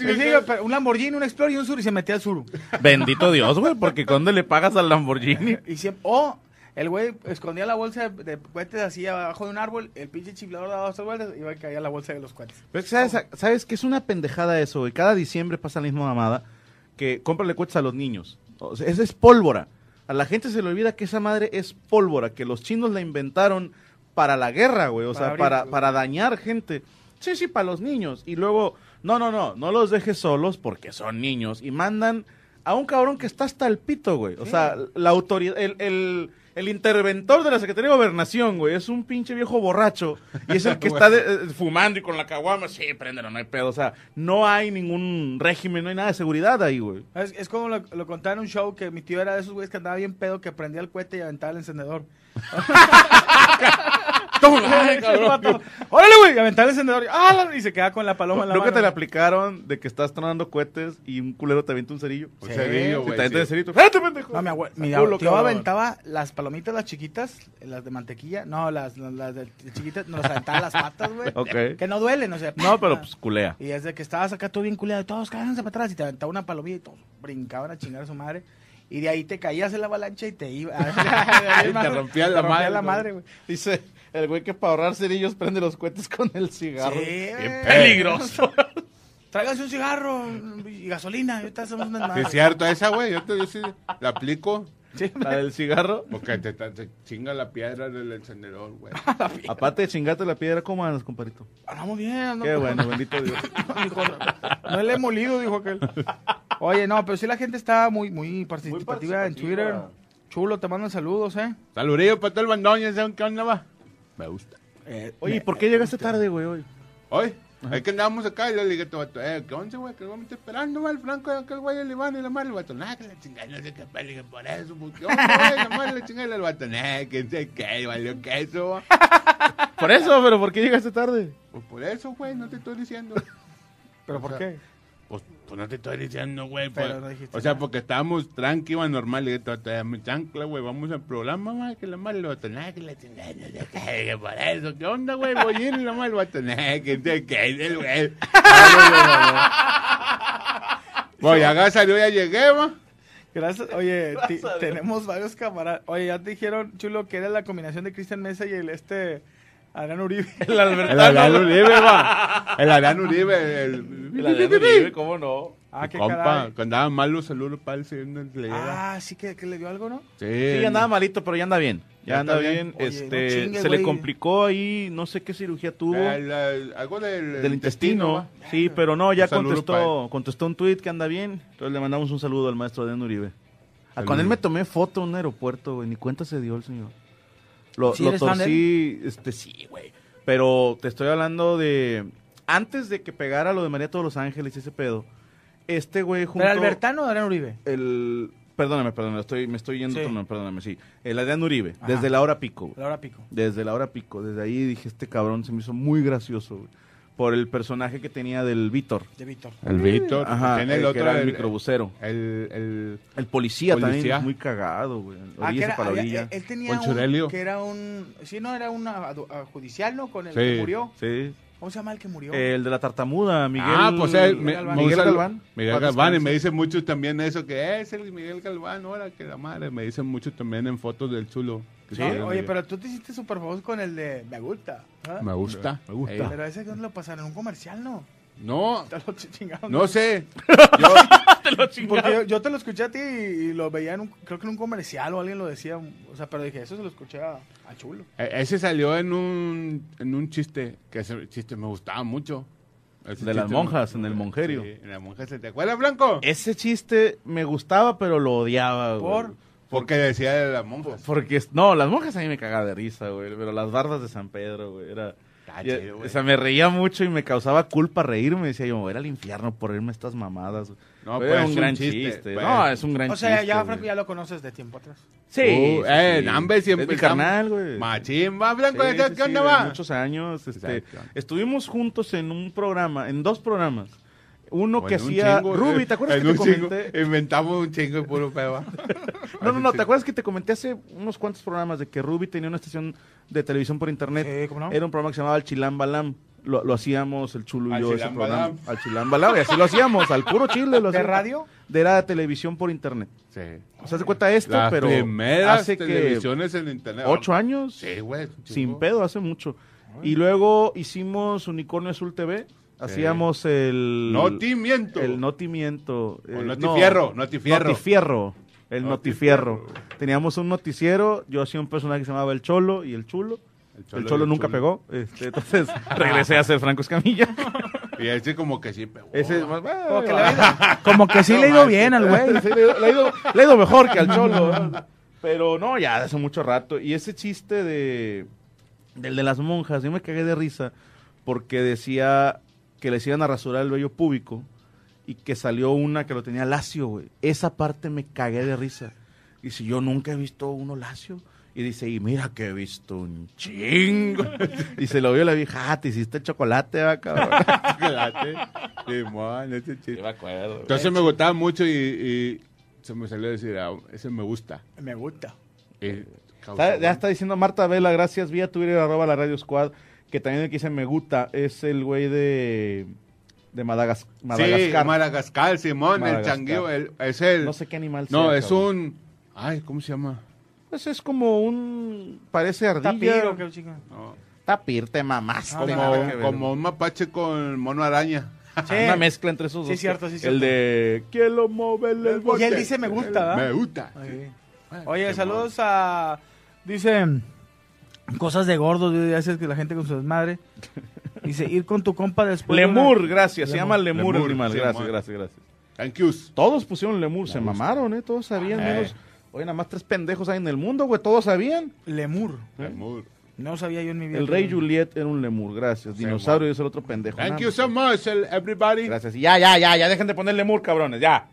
[SPEAKER 5] chingo.
[SPEAKER 2] un Lamborghini, un explorer y un suru, y se metía al suru.
[SPEAKER 1] Bendito Dios, güey, porque ¿cuándo le pagas al Lamborghini?
[SPEAKER 2] Y siempre, o el güey escondía la bolsa de, de cohetes así abajo de un árbol, el pinche chiflador daba dos tres vueltas y iba a caer la bolsa de los cohetes.
[SPEAKER 1] Pero es que Pues, ¿sabes, sabes que es una pendejada eso, güey? Cada diciembre pasa la misma mamada que cómprale cohetes a los niños. O sea, esa es pólvora. A la gente se le olvida que esa madre es pólvora, que los chinos la inventaron para la guerra, güey. O
[SPEAKER 2] Para
[SPEAKER 1] sea,
[SPEAKER 2] abrir,
[SPEAKER 1] para,
[SPEAKER 2] güey.
[SPEAKER 1] para dañar gente. Sí, sí, para los niños. Y luego, no, no, no, no los dejes solos porque son niños. Y mandan a un cabrón que está hasta el pito, güey. O sea, la autoridad, el, el, El interventor de la Secretaría de Gobernación, güey, es un pinche viejo borracho y es el que está de- eh, fumando y con la caguama, sí, préndelo, no hay pedo, o sea, no hay ningún régimen, no hay nada de seguridad ahí, güey.
[SPEAKER 2] Es, es como lo, lo contaba en un show que mi tío era de esos güeyes que andaba bien pedo que prendía el cohete y aventaba el encendedor.
[SPEAKER 1] Tómala,
[SPEAKER 2] El
[SPEAKER 1] cabrón.
[SPEAKER 2] vato, ¡Órale, güey! Aventaba el encendedor. ¡Ah! la- Y se queda con la paloma en la
[SPEAKER 1] Creo que
[SPEAKER 2] mano.
[SPEAKER 1] te le aplicaron de que estás tronando cohetes y un culero te avienta un cerillo.
[SPEAKER 5] Un cerillo,
[SPEAKER 1] Sí,
[SPEAKER 5] güey,
[SPEAKER 1] te avienta
[SPEAKER 5] sí.
[SPEAKER 1] el cerillo. ¡Espérate, pendejo!
[SPEAKER 2] No, mi abue- mi
[SPEAKER 1] Culo,
[SPEAKER 2] abue- tío
[SPEAKER 1] cabrón.
[SPEAKER 2] aventaba las palomitas, las chiquitas, las de mantequilla. No, las, las, las de chiquitas, nos las aventaba a las patas, güey.
[SPEAKER 1] Ok.
[SPEAKER 2] Que no duelen, o sea.
[SPEAKER 1] No, pero pues culea.
[SPEAKER 2] Y desde que estabas acá tú bien culiado, todos cállense para atrás y te aventaba una palomilla y todos brincaban a chingar a su madre. Y de ahí te caías en la avalancha y te iba.
[SPEAKER 5] Y te rompía la
[SPEAKER 2] Te
[SPEAKER 5] madre,
[SPEAKER 2] la
[SPEAKER 5] güey.
[SPEAKER 2] madre, güey.
[SPEAKER 1] Dice el güey que para ahorrar cerillos prende los cohetes con el cigarro.
[SPEAKER 2] Sí,
[SPEAKER 1] Bien
[SPEAKER 2] güey.
[SPEAKER 1] peligroso.
[SPEAKER 2] Tráiganse un cigarro y gasolina. Y ahorita hacemos unas
[SPEAKER 5] Sí,
[SPEAKER 2] madres.
[SPEAKER 5] es cierto, esa, güey, yo, te, yo sí la aplico
[SPEAKER 1] La del cigarro.
[SPEAKER 5] porque te, te- te chinga la piedra del encendedor, güey.
[SPEAKER 1] Aparte de chingarte la piedra, ¿cómo andas, compadrito?
[SPEAKER 2] Hablamos bien, ¿no?
[SPEAKER 1] Qué bueno, bendito Dios.
[SPEAKER 2] Dijo, no le he molido, dijo aquel. Oye, no, pero sí la gente está muy, muy participativa, en Twitter.
[SPEAKER 1] participativa.
[SPEAKER 2] Chulo, te mandan saludos, ¿eh?
[SPEAKER 5] Saludillo para todo el bandón, ya saben qué onda va. Me gusta.
[SPEAKER 1] Eh, Oye, ¿y ¿por qué llegaste tarde, güey, hoy?
[SPEAKER 5] Hoy, es que andábamos acá y le dije, todo, eh, ¿qué onda, güey? Que vamos esperando, güey, el Franco, aquel güey, el Iván y la madre, el vato, nah, que la chingada, no sé qué pedo, le dije, por eso, porque, ¿qué onda, güey? La madre, la chingada, y el vato, nah, que sé qué, valió queso, güey.
[SPEAKER 1] Por eso, pero ¿por qué llegaste tarde?
[SPEAKER 5] Pues por eso, güey, no te estoy diciendo.
[SPEAKER 2] ¿Pero por
[SPEAKER 5] sea,
[SPEAKER 2] qué?
[SPEAKER 5] Pues, pues no te estoy diciendo, güey.
[SPEAKER 2] Pero
[SPEAKER 5] pues,
[SPEAKER 2] no dijiste
[SPEAKER 5] o sea,
[SPEAKER 2] nada.
[SPEAKER 5] porque estábamos tranqui, iba normal. Le dije, "Tota, ya me chancla, güey, vamos al programa, ma, que la madre lo va a tener, que la chingada, no sé qué, que por eso, ¿qué onda, güey? Voy a ir y la madre lo va a tener, que te el güey. Voy, acá salió, ya llegué, va.
[SPEAKER 2] Gracias. Oye, ti- tenemos varios camaradas. Oye, ya te dijeron, Chulo, que era la combinación de Cristian Mesa y el este Adrián Uribe.
[SPEAKER 1] El
[SPEAKER 5] El
[SPEAKER 1] Albertano.
[SPEAKER 5] Adán Uribe, va. Ah, El Adán Uribe,
[SPEAKER 1] El
[SPEAKER 5] el.
[SPEAKER 1] Adrián Uribe, ¿cómo no?
[SPEAKER 2] Ah, qué
[SPEAKER 5] compa,
[SPEAKER 2] caray.
[SPEAKER 5] cuando daba malos saludos para el señor le llega.
[SPEAKER 2] Ah, sí que, que le dio algo, ¿no?
[SPEAKER 5] Sí,
[SPEAKER 1] Sí, andaba malito, pero ya anda bien. Ya,
[SPEAKER 5] Ya
[SPEAKER 1] anda
[SPEAKER 5] está
[SPEAKER 1] bien.
[SPEAKER 5] bien.
[SPEAKER 2] Oye,
[SPEAKER 1] este,
[SPEAKER 2] no chingues,
[SPEAKER 1] se le
[SPEAKER 2] güey.
[SPEAKER 1] complicó ahí, no sé qué cirugía tuvo.
[SPEAKER 5] El- el- algo del,
[SPEAKER 1] del intestino. Sí, pero no, ya
[SPEAKER 5] Un saludo
[SPEAKER 1] contestó,
[SPEAKER 5] pa'
[SPEAKER 1] contestó un tweet que anda bien. Entonces le mandamos un saludo al maestro Adrián Uribe. Ah, con
[SPEAKER 5] Saludos.
[SPEAKER 1] él me tomé foto en un aeropuerto, güey. Ni cuenta se dio el señor. Lo,
[SPEAKER 2] ¿Sí
[SPEAKER 1] lo
[SPEAKER 2] eres fan de
[SPEAKER 1] torcí, este, sí, güey. Pero te estoy hablando de. Antes de que pegara lo de María de todos los ángeles y ese pedo, este güey junto.
[SPEAKER 2] ¿Pero Albertano o Adrián Uribe?
[SPEAKER 1] El. Perdóname, perdóname, estoy, me estoy yendo
[SPEAKER 2] Sí.
[SPEAKER 1] otro nombre, perdóname, sí. El Adrián Uribe,
[SPEAKER 2] Ajá.
[SPEAKER 1] desde la hora pico. güey.
[SPEAKER 2] La hora pico.
[SPEAKER 1] Desde la hora pico, desde ahí dije, este cabrón se me hizo muy gracioso, güey, Por el personaje que tenía del Víctor.
[SPEAKER 2] De Víctor.
[SPEAKER 5] El Víctor.
[SPEAKER 1] Ajá,
[SPEAKER 5] tiene
[SPEAKER 1] el,
[SPEAKER 5] el
[SPEAKER 1] que
[SPEAKER 5] otro,
[SPEAKER 1] era el
[SPEAKER 5] el,
[SPEAKER 1] microbusero.
[SPEAKER 5] el, el-
[SPEAKER 1] El policía,
[SPEAKER 5] Policía.
[SPEAKER 1] también, muy cagado, güey.
[SPEAKER 2] Ah, que
[SPEAKER 1] Orilla
[SPEAKER 2] era-
[SPEAKER 1] para
[SPEAKER 2] había-
[SPEAKER 1] orilla.
[SPEAKER 2] él, él tenía
[SPEAKER 5] Poncho
[SPEAKER 2] un,
[SPEAKER 5] Aurelio.
[SPEAKER 2] que era un, sí, no, era un adu- a- judicial, ¿no? Con el
[SPEAKER 5] Sí.
[SPEAKER 2] que murió.
[SPEAKER 1] Sí. Eh,
[SPEAKER 2] ¿Cómo se llama el que murió?
[SPEAKER 1] El de la tartamuda, Miguel.
[SPEAKER 5] ah, pues él, me-
[SPEAKER 2] Galván.
[SPEAKER 5] me
[SPEAKER 1] Miguel
[SPEAKER 5] gusta-
[SPEAKER 1] Galván.
[SPEAKER 5] Miguel
[SPEAKER 1] Paz
[SPEAKER 5] Galván, y
[SPEAKER 1] descanse.
[SPEAKER 5] me dicen muchos también eso, que es el Miguel Galván, ahora que la madre. Me dicen muchos también en fotos del chulo. que
[SPEAKER 1] Sí.
[SPEAKER 5] se
[SPEAKER 2] No,
[SPEAKER 5] llama
[SPEAKER 2] oye,
[SPEAKER 5] Miguel.
[SPEAKER 2] pero tú te hiciste súper famoso con el de Me gusta. ¿ah?
[SPEAKER 5] Me gusta. Me gusta.
[SPEAKER 2] Pero ese que no lo pasaron en un comercial, ¿no?
[SPEAKER 5] No,
[SPEAKER 2] Te lo ch- chingaron.
[SPEAKER 5] no sé.
[SPEAKER 2] Porque yo, yo te lo escuché a ti y, y lo veía en un, creo que en un comercial o alguien lo decía. O sea, pero dije, eso se lo escuché a, a Chulo.
[SPEAKER 5] E- Ese salió en un, en un chiste, que ese chiste me gustaba mucho. Ese
[SPEAKER 1] De las
[SPEAKER 5] chiste-
[SPEAKER 1] monjas, en el monjerio. Eh,
[SPEAKER 5] Sí, en las monjas. ¿Te acuerdas, Blanco?
[SPEAKER 1] Ese chiste me gustaba, pero lo odiaba, güey.
[SPEAKER 2] Por-
[SPEAKER 5] Porque decía de las monjas.
[SPEAKER 1] Porque, no, las monjas a mí me cagaba de risa, güey. Pero las bardas de San Pedro, güey, era...
[SPEAKER 5] Está
[SPEAKER 1] Ya,
[SPEAKER 5] Ah, chido,
[SPEAKER 1] o
[SPEAKER 5] güey.
[SPEAKER 1] sea, me reía mucho y me causaba culpa reírme. Decía yo, me voy a ir al infierno por reírme estas mamadas. güey".
[SPEAKER 5] No,
[SPEAKER 1] Pero
[SPEAKER 5] pues,
[SPEAKER 1] era
[SPEAKER 5] es
[SPEAKER 1] un
[SPEAKER 5] un
[SPEAKER 1] gran
[SPEAKER 5] chiste,
[SPEAKER 1] chiste.
[SPEAKER 5] pues.
[SPEAKER 1] No, es un gran
[SPEAKER 2] O
[SPEAKER 1] chiste.
[SPEAKER 2] sea, ya, Franco,
[SPEAKER 1] güey.
[SPEAKER 2] ya lo conoces de tiempo atrás.
[SPEAKER 1] Sí.
[SPEAKER 5] Uh,
[SPEAKER 1] sí,
[SPEAKER 5] eh,
[SPEAKER 1] sí.
[SPEAKER 5] Nambe siempre.
[SPEAKER 1] Es mi
[SPEAKER 5] estamos-
[SPEAKER 1] carnal, güey.
[SPEAKER 5] Machín, va,
[SPEAKER 1] Sí,
[SPEAKER 5] Blanco,
[SPEAKER 1] sí,
[SPEAKER 5] ¿qué
[SPEAKER 1] sí,
[SPEAKER 5] onda,
[SPEAKER 1] de
[SPEAKER 5] va?
[SPEAKER 1] Muchos años. este,
[SPEAKER 5] Exacto.
[SPEAKER 1] estuvimos juntos en un programa, en dos programas. Uno
[SPEAKER 5] O
[SPEAKER 1] que
[SPEAKER 5] en un
[SPEAKER 1] hacía.
[SPEAKER 5] chingo,
[SPEAKER 1] Ruby,
[SPEAKER 5] eh,
[SPEAKER 1] ¿te acuerdas
[SPEAKER 5] en
[SPEAKER 1] que te
[SPEAKER 5] un chingo, Eh,
[SPEAKER 1] comenté?
[SPEAKER 5] Inventamos un chingo de puro peba.
[SPEAKER 1] No, no, no, ¿te acuerdas que te comenté hace unos cuantos programas de que Ruby tenía una estación de televisión por internet?
[SPEAKER 2] Sí, ¿cómo no?
[SPEAKER 1] Era un programa que se llamaba Al Chilán Balam. Lo, lo hacíamos el chulo y
[SPEAKER 5] Al
[SPEAKER 1] yo ese
[SPEAKER 5] Chilán
[SPEAKER 1] programa.
[SPEAKER 5] Balam.
[SPEAKER 1] Al Chilán Balam. Y así lo hacíamos, al puro chile. Lo
[SPEAKER 2] ¿De
[SPEAKER 1] hacíamos.
[SPEAKER 2] radio?
[SPEAKER 1] De era de televisión por internet.
[SPEAKER 5] Sí.
[SPEAKER 1] O sea, se cuenta esto,
[SPEAKER 5] Las
[SPEAKER 1] pero
[SPEAKER 5] primeras
[SPEAKER 1] hace que
[SPEAKER 5] televisiones en internet.
[SPEAKER 1] ocho años.
[SPEAKER 5] Sí, güey. un chingo.
[SPEAKER 1] Sin pedo, hace mucho. Y luego hicimos Unicornio Azul TV. Hacíamos el.
[SPEAKER 5] Notimiento.
[SPEAKER 1] El Notimiento. eh,
[SPEAKER 5] Notifierro, Notifierro.
[SPEAKER 1] Notifierro, El
[SPEAKER 5] Notifierro.
[SPEAKER 1] Notifierro. Teníamos un noticiero. Yo hacía un personaje que se llamaba El Cholo y El Chulo. El Cholo,
[SPEAKER 5] Cholo y el
[SPEAKER 1] nunca
[SPEAKER 5] Chulo.
[SPEAKER 1] pegó. este, entonces regresé a ser Franco Escamilla.
[SPEAKER 5] Y ese como que sí pegó.
[SPEAKER 1] Ese, bueno,
[SPEAKER 2] Como que, le ha ido- como que sí le ha ido bien al güey.
[SPEAKER 1] Sí, le, le ha ido, le ha ido mejor que al Cholo. Pero no, ya hace mucho rato. Y ese chiste de del de las monjas, yo me cagué de risa porque decía que les iban a rasurar el vello púbico y que salió una que lo tenía lacio, güey. Esa parte me cagué de risa. Y si yo nunca he visto uno lacio. Y dice, y mira que he visto un chingo. y se lo vio la vieja, ah, te hiciste chocolate, va, cabrón.
[SPEAKER 5] Chocolate. Simón, ese chiste.
[SPEAKER 7] Yo me acuerdo. güey.
[SPEAKER 5] Entonces me gustaba mucho y, y se me salió a decir, ah, ese me gusta. Eh,
[SPEAKER 2] Me gusta.
[SPEAKER 5] Y causó-
[SPEAKER 1] Está- ya está diciendo Marta Vela, gracias, vía Twitter, arroba la Radio Squad, que también el que dice me gusta, es el güey de, de Madagas- Madagascar.
[SPEAKER 5] Sí, Madagascar, Simón, el
[SPEAKER 1] Madagascar.
[SPEAKER 5] changueo. el- es el.
[SPEAKER 1] no sé qué animal
[SPEAKER 5] no,
[SPEAKER 1] sea,
[SPEAKER 5] es
[SPEAKER 1] cabrón.
[SPEAKER 5] un. Ay, ¿cómo se llama?
[SPEAKER 1] Pues es como un... parece ardilla.
[SPEAKER 2] Tapiro, qué chica.
[SPEAKER 5] No,
[SPEAKER 1] Tapir, te mamaste. nada que
[SPEAKER 5] como,
[SPEAKER 1] ver.
[SPEAKER 5] como un mapache con mono araña.
[SPEAKER 2] Sí.
[SPEAKER 1] Ah, Una mezcla entre esos dos.
[SPEAKER 2] Sí, cierto, sí,
[SPEAKER 1] El
[SPEAKER 2] cierto.
[SPEAKER 1] de... ¿Quién lo mueve el bote?"
[SPEAKER 2] Y él dice me gusta, ¿verdad?
[SPEAKER 5] Me gusta.
[SPEAKER 2] Ahí.
[SPEAKER 5] Sí. Ay,
[SPEAKER 2] Oye,
[SPEAKER 5] qué
[SPEAKER 2] saludos a. Dice. Cosas de gordos, güey, ya sabes que la gente con su desmadre. Dice, ir con tu compa después. de una-
[SPEAKER 1] Lemur, gracias. Se llama Lemur, el
[SPEAKER 5] Lemur,
[SPEAKER 1] animal.
[SPEAKER 5] sí,
[SPEAKER 1] Gracias,
[SPEAKER 5] amor.
[SPEAKER 1] gracias, gracias.
[SPEAKER 5] mono. Thank yous.
[SPEAKER 1] Todos pusieron Lemur. Se mamaron, ¿eh? Todos sabían
[SPEAKER 5] Ah, eh.
[SPEAKER 1] menos... Oye, nada más tres pendejos hay en el mundo, güey. Todos sabían.
[SPEAKER 2] Lemur.
[SPEAKER 5] Amor.
[SPEAKER 2] No sabía yo en mi vida.
[SPEAKER 1] El rey
[SPEAKER 2] que-
[SPEAKER 1] Juliet era un lemur, gracias. Dinosaurio es el otro pendejo.
[SPEAKER 5] Thank
[SPEAKER 1] Nada
[SPEAKER 5] you
[SPEAKER 2] pues.
[SPEAKER 1] más.
[SPEAKER 5] so much, el- everybody.
[SPEAKER 1] Gracias. Y Ya, ya, ya, ya dejen de poner lemur, cabrones, ya.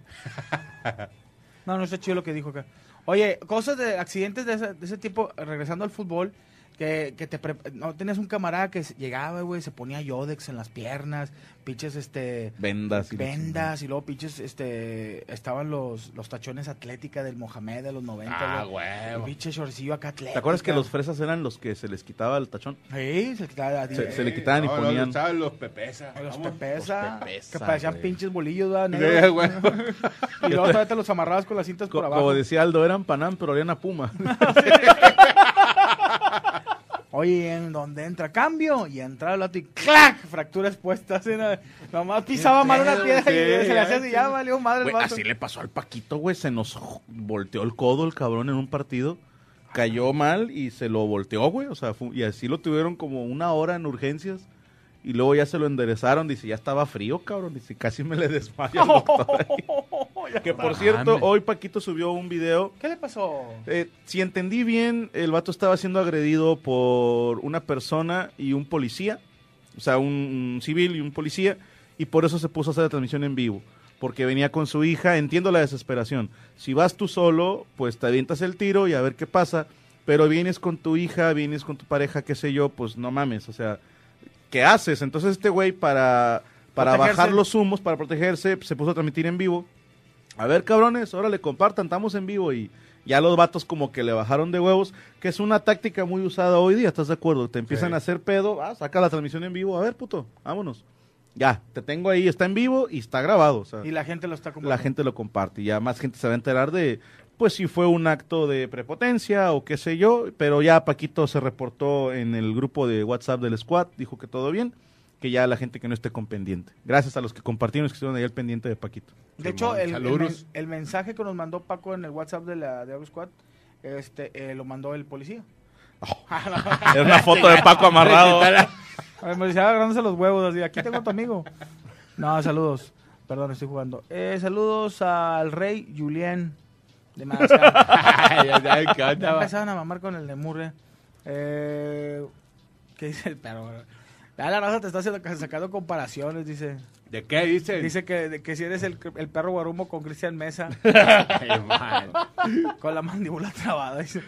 [SPEAKER 2] No, no está chido lo que dijo acá. Oye, cosas de accidentes de ese, de ese tipo, regresando al fútbol, que, que te pre- no tenías un camarada que se- llegaba, güey, se ponía yodex en las piernas, pinches este
[SPEAKER 1] Vendas. y la chingada.
[SPEAKER 2] vendas y luego pinches este estaban los los tachones atlética del Mohamed de los 90,
[SPEAKER 5] Ah,
[SPEAKER 2] güey.
[SPEAKER 5] huevo.
[SPEAKER 2] El pinche shorcillo acá atlética.
[SPEAKER 1] ¿Te acuerdas que los fresas eran los que se les quitaba el tachón?
[SPEAKER 2] Sí, se quitaba
[SPEAKER 1] Se- se le quitaban y
[SPEAKER 5] No, no,
[SPEAKER 1] ponían-
[SPEAKER 5] no, ¿sabes? Los pepesa.
[SPEAKER 2] los
[SPEAKER 5] Vamos.
[SPEAKER 2] pepesa,
[SPEAKER 1] los pepesa,
[SPEAKER 2] que parecían
[SPEAKER 1] güey.
[SPEAKER 2] pinches bolillos, ¿verdad?
[SPEAKER 5] Sí,
[SPEAKER 2] Negros.
[SPEAKER 5] güey.
[SPEAKER 2] y luego todavía te los amarrabas con las cintas
[SPEAKER 1] Co-
[SPEAKER 2] por abajo.
[SPEAKER 1] como decía Aldo, eran panam, pero eran a puma.
[SPEAKER 2] Oye, en donde entra cambio y entra el otro y ¡clac! Fracturas puestas. En la- nomás pisaba mal una piedra y
[SPEAKER 5] Sí,
[SPEAKER 2] se le hacía así,
[SPEAKER 5] sí.
[SPEAKER 2] ya valió madre el
[SPEAKER 1] Güey,
[SPEAKER 2] vato.
[SPEAKER 1] así le pasó al Paquito, güey. Se nos jo- volteó el codo el cabrón en un partido. Cayó mal y se lo volteó, güey. O sea, fu- y así lo tuvieron como una hora en urgencias. Y luego ya se lo enderezaron. Dice, ya estaba frío, cabrón. Dice, casi me le desmayo. al doctor ahí". que por cierto, hoy Paquito subió un video.
[SPEAKER 2] ¿Qué le pasó?
[SPEAKER 1] Eh, si entendí bien, el vato estaba siendo agredido por una persona y un policía, o sea, un, un civil y un policía, y por eso se puso a hacer la transmisión en vivo, porque venía con su hija, entiendo la desesperación. Si vas tú solo, pues te avientas el tiro y a ver qué pasa, pero vienes con tu hija, vienes con tu pareja, qué sé yo, pues no mames, o sea, ¿qué haces? Entonces este güey para, para
[SPEAKER 2] Protegerse.
[SPEAKER 1] bajar los humos, para protegerse, se puso a transmitir en vivo. A ver, cabrones, ahora le compartan, estamos en vivo y ya los vatos como que le bajaron de huevos, que es una táctica muy usada hoy día, ¿estás de acuerdo? Te empiezan
[SPEAKER 5] Sí.
[SPEAKER 1] a hacer pedo, ah, saca la transmisión en vivo, a ver, puto, vámonos. Ya, te tengo ahí, está en vivo y está grabado, o sea,
[SPEAKER 2] Y la gente lo está como.
[SPEAKER 1] la gente lo comparte y ya más gente se va a enterar de, pues si fue un acto de prepotencia o qué sé yo, pero ya Paquito se reportó en el grupo de WhatsApp del squad, dijo que todo bien, que ya la gente que no esté con pendiente. Gracias a los que compartieron, los que estuvieron ahí al pendiente de Paquito.
[SPEAKER 2] De hecho,
[SPEAKER 5] Simón,
[SPEAKER 2] el, el,
[SPEAKER 5] saludos.
[SPEAKER 2] men- el mensaje que nos mandó Paco en el WhatsApp de la Diablo Squad, este, eh, lo mandó el policía.
[SPEAKER 1] Era una foto de Paco amarrado.
[SPEAKER 2] A ver, me decía agarrándose los huevos, así, aquí tengo a tu amigo. No, saludos. Perdón, estoy jugando. Eh, saludos al rey Julián de Madagascar.
[SPEAKER 5] Ay, ay, ay, ¿qué
[SPEAKER 2] Ya
[SPEAKER 5] onda, va?
[SPEAKER 2] empezaron a mamar con el de Murre. Eh, ¿Qué dice el perro? Ya la raza te está haciendo, sacando comparaciones, dice.
[SPEAKER 5] ¿De qué dicen?
[SPEAKER 2] Dice que, de que si eres el, el perro guarumo con Cristian Mesa,
[SPEAKER 5] Ay, man.
[SPEAKER 2] con la mandíbula trabada, dice.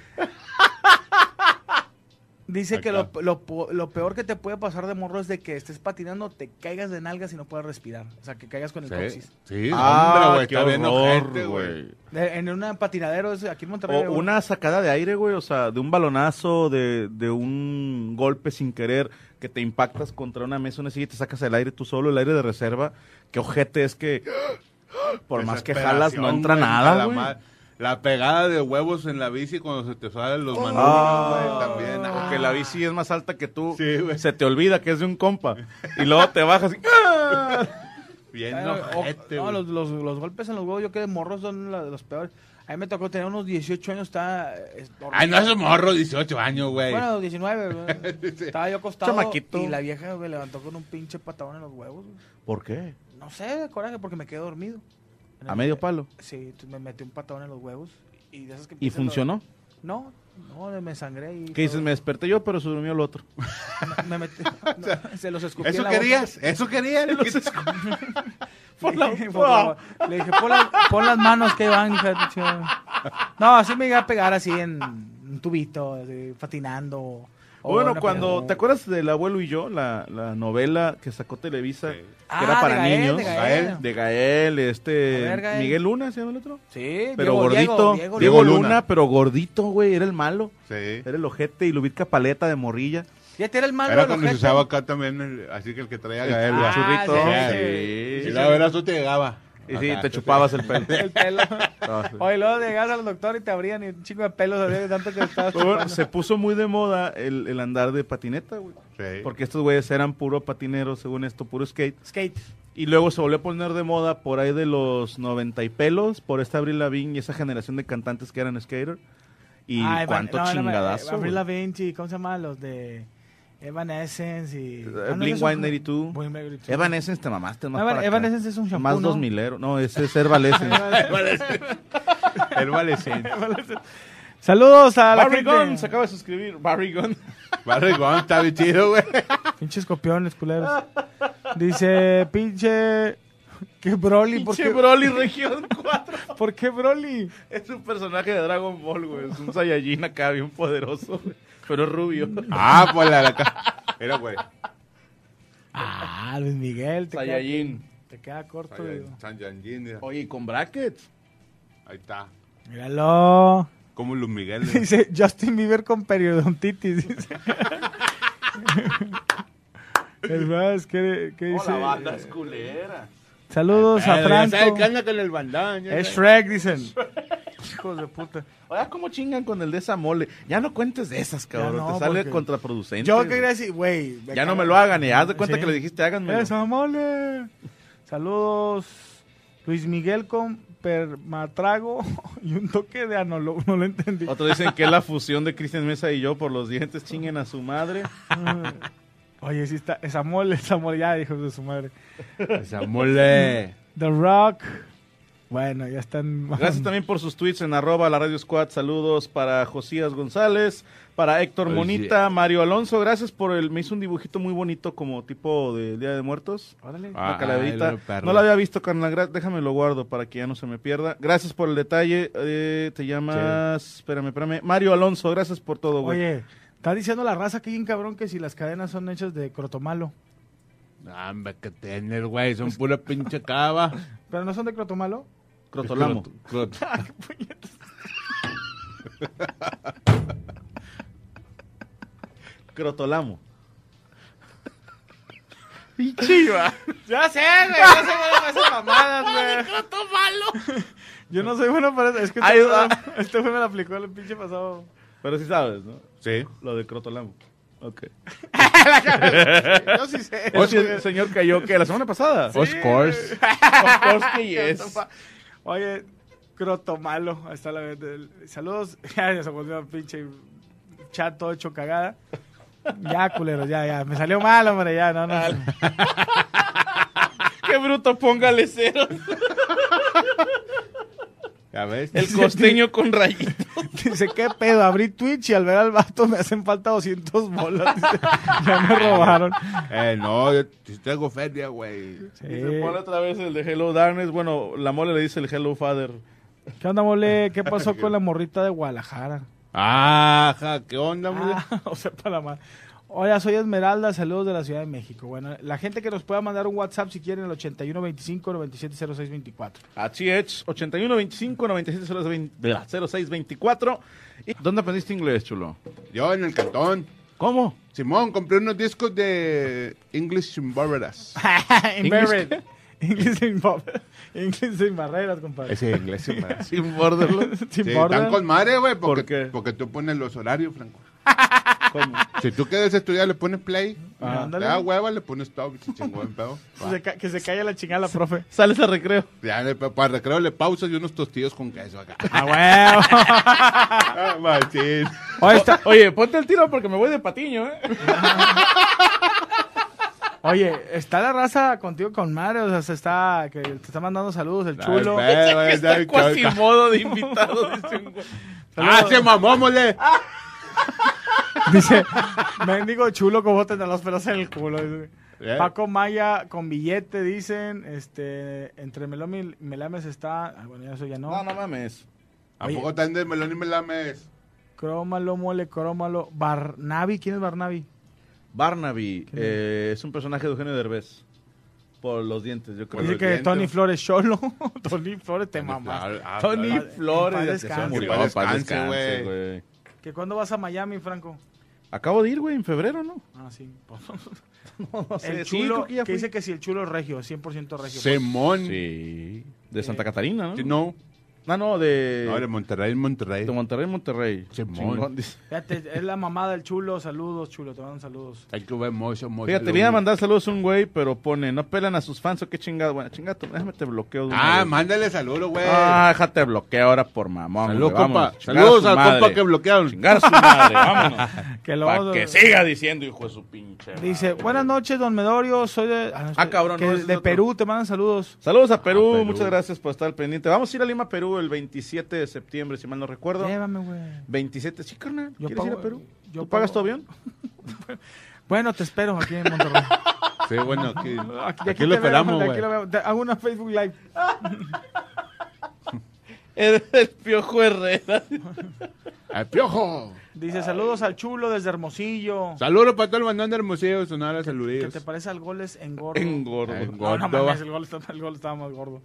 [SPEAKER 2] Dice que lo,
[SPEAKER 5] Acá.
[SPEAKER 2] lo po- lo peor que te puede pasar de morro es de que estés patinando, te caigas de nalgas y no puedas respirar. O sea, que caigas con el
[SPEAKER 5] Sí,
[SPEAKER 2] coxis.
[SPEAKER 5] sí,
[SPEAKER 1] Ah,
[SPEAKER 5] hombre, güey,
[SPEAKER 1] qué
[SPEAKER 5] está bien
[SPEAKER 1] horror,
[SPEAKER 5] ojete,
[SPEAKER 1] güey.
[SPEAKER 5] güey.
[SPEAKER 2] De- en un patinadero, es aquí en Monterrey.
[SPEAKER 1] O
[SPEAKER 2] güey.
[SPEAKER 1] una sacada de aire, güey, o sea, de un balonazo, de, de un golpe sin querer, que te impactas contra una mesa, una silla y te sacas el aire tú solo, el aire de reserva. Qué ojete es que, por más que jalas, no entra
[SPEAKER 5] Desesperación, güey,
[SPEAKER 1] nada,
[SPEAKER 5] la
[SPEAKER 1] güey.
[SPEAKER 5] ma- La pegada de huevos en la bici cuando se te salen
[SPEAKER 2] Oh.
[SPEAKER 5] los manos
[SPEAKER 1] Ah,
[SPEAKER 5] también. ah,
[SPEAKER 1] Porque la bici es más alta que tú,
[SPEAKER 5] Sí, güey.
[SPEAKER 1] se te olvida que es de un compa, y luego te bajas y... ¡ah!
[SPEAKER 5] Bien
[SPEAKER 2] Claro, o-
[SPEAKER 5] ojete,
[SPEAKER 2] no,
[SPEAKER 5] güey.
[SPEAKER 2] los, los- los golpes en los huevos, yo que de morros son la- los peores. A mí me tocó tener unos 18 años, estaba. eh,
[SPEAKER 5] Ay, no, es morro, 18 años, güey.
[SPEAKER 2] Bueno, 19, güey. Estaba yo acostado.
[SPEAKER 1] Chamaquito.
[SPEAKER 2] Y la vieja me levantó con un pinche patadón en los huevos. güey.
[SPEAKER 1] ¿Por qué?
[SPEAKER 2] No sé, de coraje, porque me quedé dormido. En
[SPEAKER 1] A
[SPEAKER 2] el-
[SPEAKER 1] medio palo.
[SPEAKER 2] Sí, entonces me metí un patadón en los huevos. Y, de esas
[SPEAKER 1] ¿Y
[SPEAKER 2] que empiezan los-
[SPEAKER 1] funcionó?
[SPEAKER 2] No, no, me sangré y...
[SPEAKER 1] ¿Qué dices? Me desperté yo, pero se durmió el otro.
[SPEAKER 2] Me metí- no, se los escupí en
[SPEAKER 5] ¿Eso
[SPEAKER 2] la
[SPEAKER 5] querías? ¿Eso querías?
[SPEAKER 2] boca. Le dije, por favor. Le dije, pon, las- pon las manos que van, hija de tu chingada. No, así me iba a pegar así en un tubito, así, patinando. o- o
[SPEAKER 1] Oh, bueno,
[SPEAKER 2] una
[SPEAKER 1] cuando,
[SPEAKER 2] pelota.
[SPEAKER 1] ¿te acuerdas del abuelo y yo? La, la novela que sacó Televisa,
[SPEAKER 5] Sí.
[SPEAKER 1] que
[SPEAKER 2] Ah,
[SPEAKER 1] era para
[SPEAKER 2] de Gael,
[SPEAKER 1] niños.
[SPEAKER 2] de Gael.
[SPEAKER 1] De Gael, este.
[SPEAKER 2] A ver, Gael.
[SPEAKER 1] Miguel Luna, ¿se llama el otro?
[SPEAKER 2] Sí,
[SPEAKER 1] Pero
[SPEAKER 2] Diego,
[SPEAKER 1] gordito.
[SPEAKER 2] Diego,
[SPEAKER 1] Diego,
[SPEAKER 2] Diego
[SPEAKER 1] Luna.
[SPEAKER 5] Luna.
[SPEAKER 1] pero gordito, güey. Era el malo.
[SPEAKER 5] Sí.
[SPEAKER 1] Era el ojete y Lubitka Paleta de morrilla.
[SPEAKER 2] Ya te era el malo.
[SPEAKER 5] Era
[SPEAKER 2] del
[SPEAKER 5] cuando se
[SPEAKER 2] ojete.
[SPEAKER 5] usaba acá también, el- así que el que traía Gael.
[SPEAKER 2] Ah,
[SPEAKER 5] ¿verdad?
[SPEAKER 1] churrito.
[SPEAKER 2] sí,
[SPEAKER 1] Sí.
[SPEAKER 5] Y luego era tú te llegaba.
[SPEAKER 1] Y sí,
[SPEAKER 5] Acá,
[SPEAKER 1] te
[SPEAKER 5] tú
[SPEAKER 1] chupabas el pelo.
[SPEAKER 2] El pelo.
[SPEAKER 1] Ah, sí.
[SPEAKER 2] Oye, luego llegas al doctor y te abrían y un chingo de pelos había de tanto que estabas
[SPEAKER 1] Pero bueno,
[SPEAKER 2] chupando.
[SPEAKER 1] se puso muy de moda el, el andar de patineta, güey.
[SPEAKER 5] Sí.
[SPEAKER 1] Porque estos güeyes eran puro patineros, según esto, puro skate.
[SPEAKER 2] Skate.
[SPEAKER 1] Y luego se volvió a poner de moda por ahí de los 90 y pelos, por esta Abril Lavigne y esa generación de cantantes que eran skater. Y
[SPEAKER 2] Ay,
[SPEAKER 1] cuánto
[SPEAKER 2] Ah, no, no,
[SPEAKER 1] chingadazo.
[SPEAKER 2] no,
[SPEAKER 1] güey.
[SPEAKER 2] Avril Lavigne y ¿cómo se llama? Los de Evanescence y...
[SPEAKER 1] Eh,
[SPEAKER 2] Ah, no,
[SPEAKER 1] Blink
[SPEAKER 2] eso es-
[SPEAKER 1] 182.
[SPEAKER 2] Blink-182.
[SPEAKER 1] Evanescence te mamaste más
[SPEAKER 2] Evan-
[SPEAKER 1] para acá.
[SPEAKER 2] Evanescence es un shampoo,
[SPEAKER 1] Más
[SPEAKER 2] ¿no?
[SPEAKER 1] dos milero. No, ese es Herbalescence.
[SPEAKER 5] El Valecín.
[SPEAKER 2] Saludos a la
[SPEAKER 1] Barry
[SPEAKER 2] gente.
[SPEAKER 1] Gunn se acaba de suscribir. Barry Gunn.
[SPEAKER 5] Barrigón, está bien chido, güey.
[SPEAKER 2] Pinches copiones, culeros. Dice, pinche... ¿Qué Broly? ¿Por
[SPEAKER 1] Pinche
[SPEAKER 2] qué,
[SPEAKER 1] Broly Región 4.
[SPEAKER 2] ¿Por qué Broly?
[SPEAKER 1] Es un personaje de Dragon Ball, güey. Es un Saiyajin acá bien poderoso, güey. Pero es rubio.
[SPEAKER 5] Ah, pues la de la ca- Era, güey.
[SPEAKER 2] Ah, Luis Miguel. Te queda,
[SPEAKER 1] Saiyajin.
[SPEAKER 2] te queda corto, digo.
[SPEAKER 5] San Yanjin, mira.
[SPEAKER 1] Oye, ¿y con brackets.
[SPEAKER 5] Ahí está.
[SPEAKER 2] Míralo.
[SPEAKER 5] Como Luis Miguel. ¿no?
[SPEAKER 2] Dice Justin Bieber con periodontitis. Dice. Es más, ¿qué, qué dice?
[SPEAKER 1] Oh, es culera.
[SPEAKER 2] Saludos a
[SPEAKER 5] Eh, ya sabes que
[SPEAKER 2] Franco.
[SPEAKER 5] anda con el bandán. ya
[SPEAKER 2] Es
[SPEAKER 5] sabes.
[SPEAKER 2] Shrek, dicen. Hijos de puta.
[SPEAKER 1] Oiga, ¿cómo chingan con el de esa mole? Ya no cuentes de esas, cabrón.
[SPEAKER 2] no,
[SPEAKER 1] Te sale
[SPEAKER 2] porque-
[SPEAKER 1] contraproducente.
[SPEAKER 2] Yo
[SPEAKER 1] güey.
[SPEAKER 2] quería decir, güey.
[SPEAKER 1] Ya no me lo hagan, y haz de cuenta
[SPEAKER 2] Sí.
[SPEAKER 1] que le dijiste, háganmelo.
[SPEAKER 2] Eso, mole. Saludos. Luis Miguel con permatrago y un toque de anolo. No lo entendí.
[SPEAKER 1] Otro dicen que es la fusión de Cristian Mesa y yo por los dientes chinguen a su madre.
[SPEAKER 2] Oye, sí está. Esa mole, esa mole. Ya, hijos de su madre.
[SPEAKER 5] Esa mole.
[SPEAKER 2] The Rock. Bueno, ya están.
[SPEAKER 1] Gracias también por sus tweets en arroba la Radio Squad. Saludos para Josías González, para Héctor
[SPEAKER 5] Oye.
[SPEAKER 1] Monita, Mario Alonso. Gracias por el... Me hizo un dibujito muy bonito como tipo de Día de Muertos.
[SPEAKER 2] Órale.
[SPEAKER 1] La
[SPEAKER 5] Ah,
[SPEAKER 1] calaverita.
[SPEAKER 5] ay, lo perro.
[SPEAKER 1] No la había visto, carnal. Gra- Déjame lo guardo para que ya no se me pierda. Gracias por el detalle. Eh, te llamas... Espérame, espérame. Mario Alonso, gracias por todo, güey.
[SPEAKER 2] Oye, está diciendo la raza que bien cabrón que si las cadenas son hechas de crotomalo.
[SPEAKER 5] No, hombre, que tener, güey. Son pura pinche cava.
[SPEAKER 2] ¿Pero no son de crotomalo?
[SPEAKER 1] Crotolamo.
[SPEAKER 5] Crot- crot-
[SPEAKER 1] Crotolamo.
[SPEAKER 2] Ya sé, güey. Ya sé bueno para esas mamadas, güey. Yo no soy bueno para eso. Es que este
[SPEAKER 1] Ahí
[SPEAKER 2] güey-
[SPEAKER 1] va.
[SPEAKER 2] este güey me la aplicó el pinche pasado.
[SPEAKER 1] Pero sí sabes, ¿no?
[SPEAKER 5] Sí.
[SPEAKER 1] Lo de Crotolamo. Ok.
[SPEAKER 2] Yo sí sé.
[SPEAKER 1] Oye, el señor cayó que la semana pasada.
[SPEAKER 5] Of course.
[SPEAKER 1] Oskorsky es.
[SPEAKER 2] Oye, crotomalo. Ahí está la vez. Saludos. Ya ya se volvió un pinche chat todo hecho cagada. Ya, culeros, ya, ya. Me salió mal, hombre, ya, no, no.
[SPEAKER 1] Qué bruto, póngale cero.
[SPEAKER 5] Ya ves.
[SPEAKER 1] El costeño con rayito.
[SPEAKER 2] Dice, ¿qué pedo? Abrí Twitch y al ver al vato me hacen falta 200 bolas. Dice, ya me robaron.
[SPEAKER 5] Eh, no, yo si tengo feria, güey.
[SPEAKER 1] Y se pone otra vez el de Hello Darkness. Bueno, la mole le dice el Hello Father.
[SPEAKER 2] ¿Qué onda, mole? ¿Qué pasó con la morrita de Guadalajara?
[SPEAKER 5] Ajá, ¿qué onda, mole?
[SPEAKER 2] Ah, o sea, para la madre. Hola, soy Esmeralda, saludos de la Ciudad de México. Bueno, la gente que nos pueda mandar un WhatsApp si quieren, el 8125-970624.
[SPEAKER 1] Así es, 81 25 97 06 24. ¿Y ¿Dónde aprendiste inglés, chulo?
[SPEAKER 5] Yo en el cantón.
[SPEAKER 1] ¿Cómo?
[SPEAKER 5] Simón, compré unos discos de English in Barbaras.
[SPEAKER 1] English-
[SPEAKER 2] Inglés English sin bo- English sin barreras, compadre.
[SPEAKER 5] Ese English in Barbaras.
[SPEAKER 1] Sin borderlo.
[SPEAKER 2] Sin
[SPEAKER 5] Sí,
[SPEAKER 2] border.
[SPEAKER 5] están con madre, güey, porque,
[SPEAKER 1] ¿Por qué?
[SPEAKER 5] porque tú pones los horarios, Franco. Si tú quieres estudiar, le pones play.
[SPEAKER 2] Ah,
[SPEAKER 5] te
[SPEAKER 2] ándale.
[SPEAKER 5] da hueva, le pones stop. y se chingó en pedo.
[SPEAKER 2] Que se ca- que se calle la chingada, la profe.
[SPEAKER 1] Sales a recreo.
[SPEAKER 5] Ya, le- pa- para recreo le pausas y unos tostillos con queso acá.
[SPEAKER 2] ¡A huevo!
[SPEAKER 5] Ah, machín.
[SPEAKER 2] Ahí está.
[SPEAKER 1] Oye, ponte el tiro porque me voy de patiño, ¿eh?
[SPEAKER 2] Oye, está la raza contigo con madre, o sea, se está, que te está mandando saludos, el chulo.
[SPEAKER 5] Ay, pedo,
[SPEAKER 7] Que
[SPEAKER 5] está
[SPEAKER 7] está
[SPEAKER 5] el
[SPEAKER 7] cuasimodo de invitado. dice un güey.
[SPEAKER 5] ¡Ah, se mamó, mole!
[SPEAKER 2] Dice, mendigo chulo como te los pelos en el culo. dice.
[SPEAKER 5] ¿Eh?
[SPEAKER 2] Paco Maya con billete, dicen, este, entre Melón y Melames está, ah, bueno, ya eso ya no.
[SPEAKER 1] No, no mames.
[SPEAKER 5] ¿A poco tan de melón y melames?
[SPEAKER 2] Crómalo, mole, crómalo. Barnaby, ¿quién es Barnaby?
[SPEAKER 1] Barnaby eh, es un personaje de Eugenio Derbez. Por los dientes, yo creo.
[SPEAKER 2] Dice Pues que
[SPEAKER 5] dientes.
[SPEAKER 2] Tony Flores solo. Tony Flores, te mamás.
[SPEAKER 5] Ah, ah,
[SPEAKER 1] Tony
[SPEAKER 5] ah,
[SPEAKER 2] en paz
[SPEAKER 1] Flores. ya se
[SPEAKER 2] descanse.
[SPEAKER 1] murió,
[SPEAKER 5] En paz
[SPEAKER 1] en paz
[SPEAKER 5] descanse,
[SPEAKER 1] descanse,
[SPEAKER 5] güey.
[SPEAKER 1] güey.
[SPEAKER 2] ¿Que cuándo vas a Miami, Franco?
[SPEAKER 1] Acabo de ir, güey, en febrero, Pues, ¿no?
[SPEAKER 2] Ah, sí.
[SPEAKER 1] No, no sé,
[SPEAKER 2] El
[SPEAKER 1] sí,
[SPEAKER 2] chulo,
[SPEAKER 1] creo que ya
[SPEAKER 2] que,
[SPEAKER 1] fui.
[SPEAKER 2] dice que si el chulo es regio, 100% regio.
[SPEAKER 5] Simón.
[SPEAKER 1] Sí. De Santa Catarina, ¿no?
[SPEAKER 5] No,
[SPEAKER 1] No, Ah, no, de,
[SPEAKER 5] no, de Monterrey, Monterrey.
[SPEAKER 1] de Monterrey, Monterrey.
[SPEAKER 5] Simón.
[SPEAKER 1] Chingón, dice.
[SPEAKER 2] Fíjate, es la mamá del chulo. Saludos, chulo, te mandan saludos.
[SPEAKER 5] Hay que ver mucho, mucho.
[SPEAKER 1] Fíjate, le iba a mandar saludos a un güey, pero pone, no pelan a sus fans o qué chingado. Bueno, chingado, déjame te bloqueo. de una
[SPEAKER 5] Ah,
[SPEAKER 1] vez.
[SPEAKER 5] mándale saludos, güey.
[SPEAKER 1] Ah, déjate bloqueo ahora por mamón.
[SPEAKER 5] saludos,
[SPEAKER 1] güey, vámonos,
[SPEAKER 5] compa.
[SPEAKER 1] chingar a
[SPEAKER 5] Saludos
[SPEAKER 1] su
[SPEAKER 5] al compa
[SPEAKER 1] madre.
[SPEAKER 5] que bloquearon.
[SPEAKER 1] Chingar a su madre, vámonos.
[SPEAKER 2] Que lo
[SPEAKER 1] Para que siga diciendo, hijo de su pinche. madre.
[SPEAKER 2] Dice, buenas noches, don Medorio. Soy de. no,
[SPEAKER 1] Ah, cabrón,
[SPEAKER 2] que
[SPEAKER 1] no, ese es
[SPEAKER 2] de
[SPEAKER 1] otro.
[SPEAKER 2] Perú, te mandan saludos.
[SPEAKER 1] Saludos a Perú,
[SPEAKER 5] Perú.
[SPEAKER 1] muchas gracias por estar al pendiente. Vamos a ir a Lima, Perú el 27 de septiembre, si mal no recuerdo.
[SPEAKER 2] Llévame, güey.
[SPEAKER 1] 27, sí, carnal.
[SPEAKER 2] Yo
[SPEAKER 1] ¿Quieres
[SPEAKER 2] pago-
[SPEAKER 1] ir a Perú?
[SPEAKER 2] yo
[SPEAKER 1] ¿Tú pagas tu
[SPEAKER 2] pago-
[SPEAKER 1] avión?
[SPEAKER 2] Bueno, te espero aquí en Monterrey.
[SPEAKER 5] Sí, bueno, aquí, aquí,
[SPEAKER 2] te
[SPEAKER 5] lo
[SPEAKER 2] veo,
[SPEAKER 5] esperamos,
[SPEAKER 2] aquí
[SPEAKER 5] güey.
[SPEAKER 2] lo veo. Te- Hago una Facebook Live.
[SPEAKER 1] Eres el piojo Herrera.
[SPEAKER 5] ¡Al piojo!
[SPEAKER 2] Dice, saludos al chulo desde Hermosillo.
[SPEAKER 5] Saludos para todo el bandón de Hermosillo, Sonora,
[SPEAKER 2] ¿Qué
[SPEAKER 5] saludos.
[SPEAKER 2] te parece al goles en gordo?
[SPEAKER 1] Engordo.
[SPEAKER 5] Ay,
[SPEAKER 2] No, no
[SPEAKER 5] gordo.
[SPEAKER 2] mames, el gol, está- el gol estaba más gordo.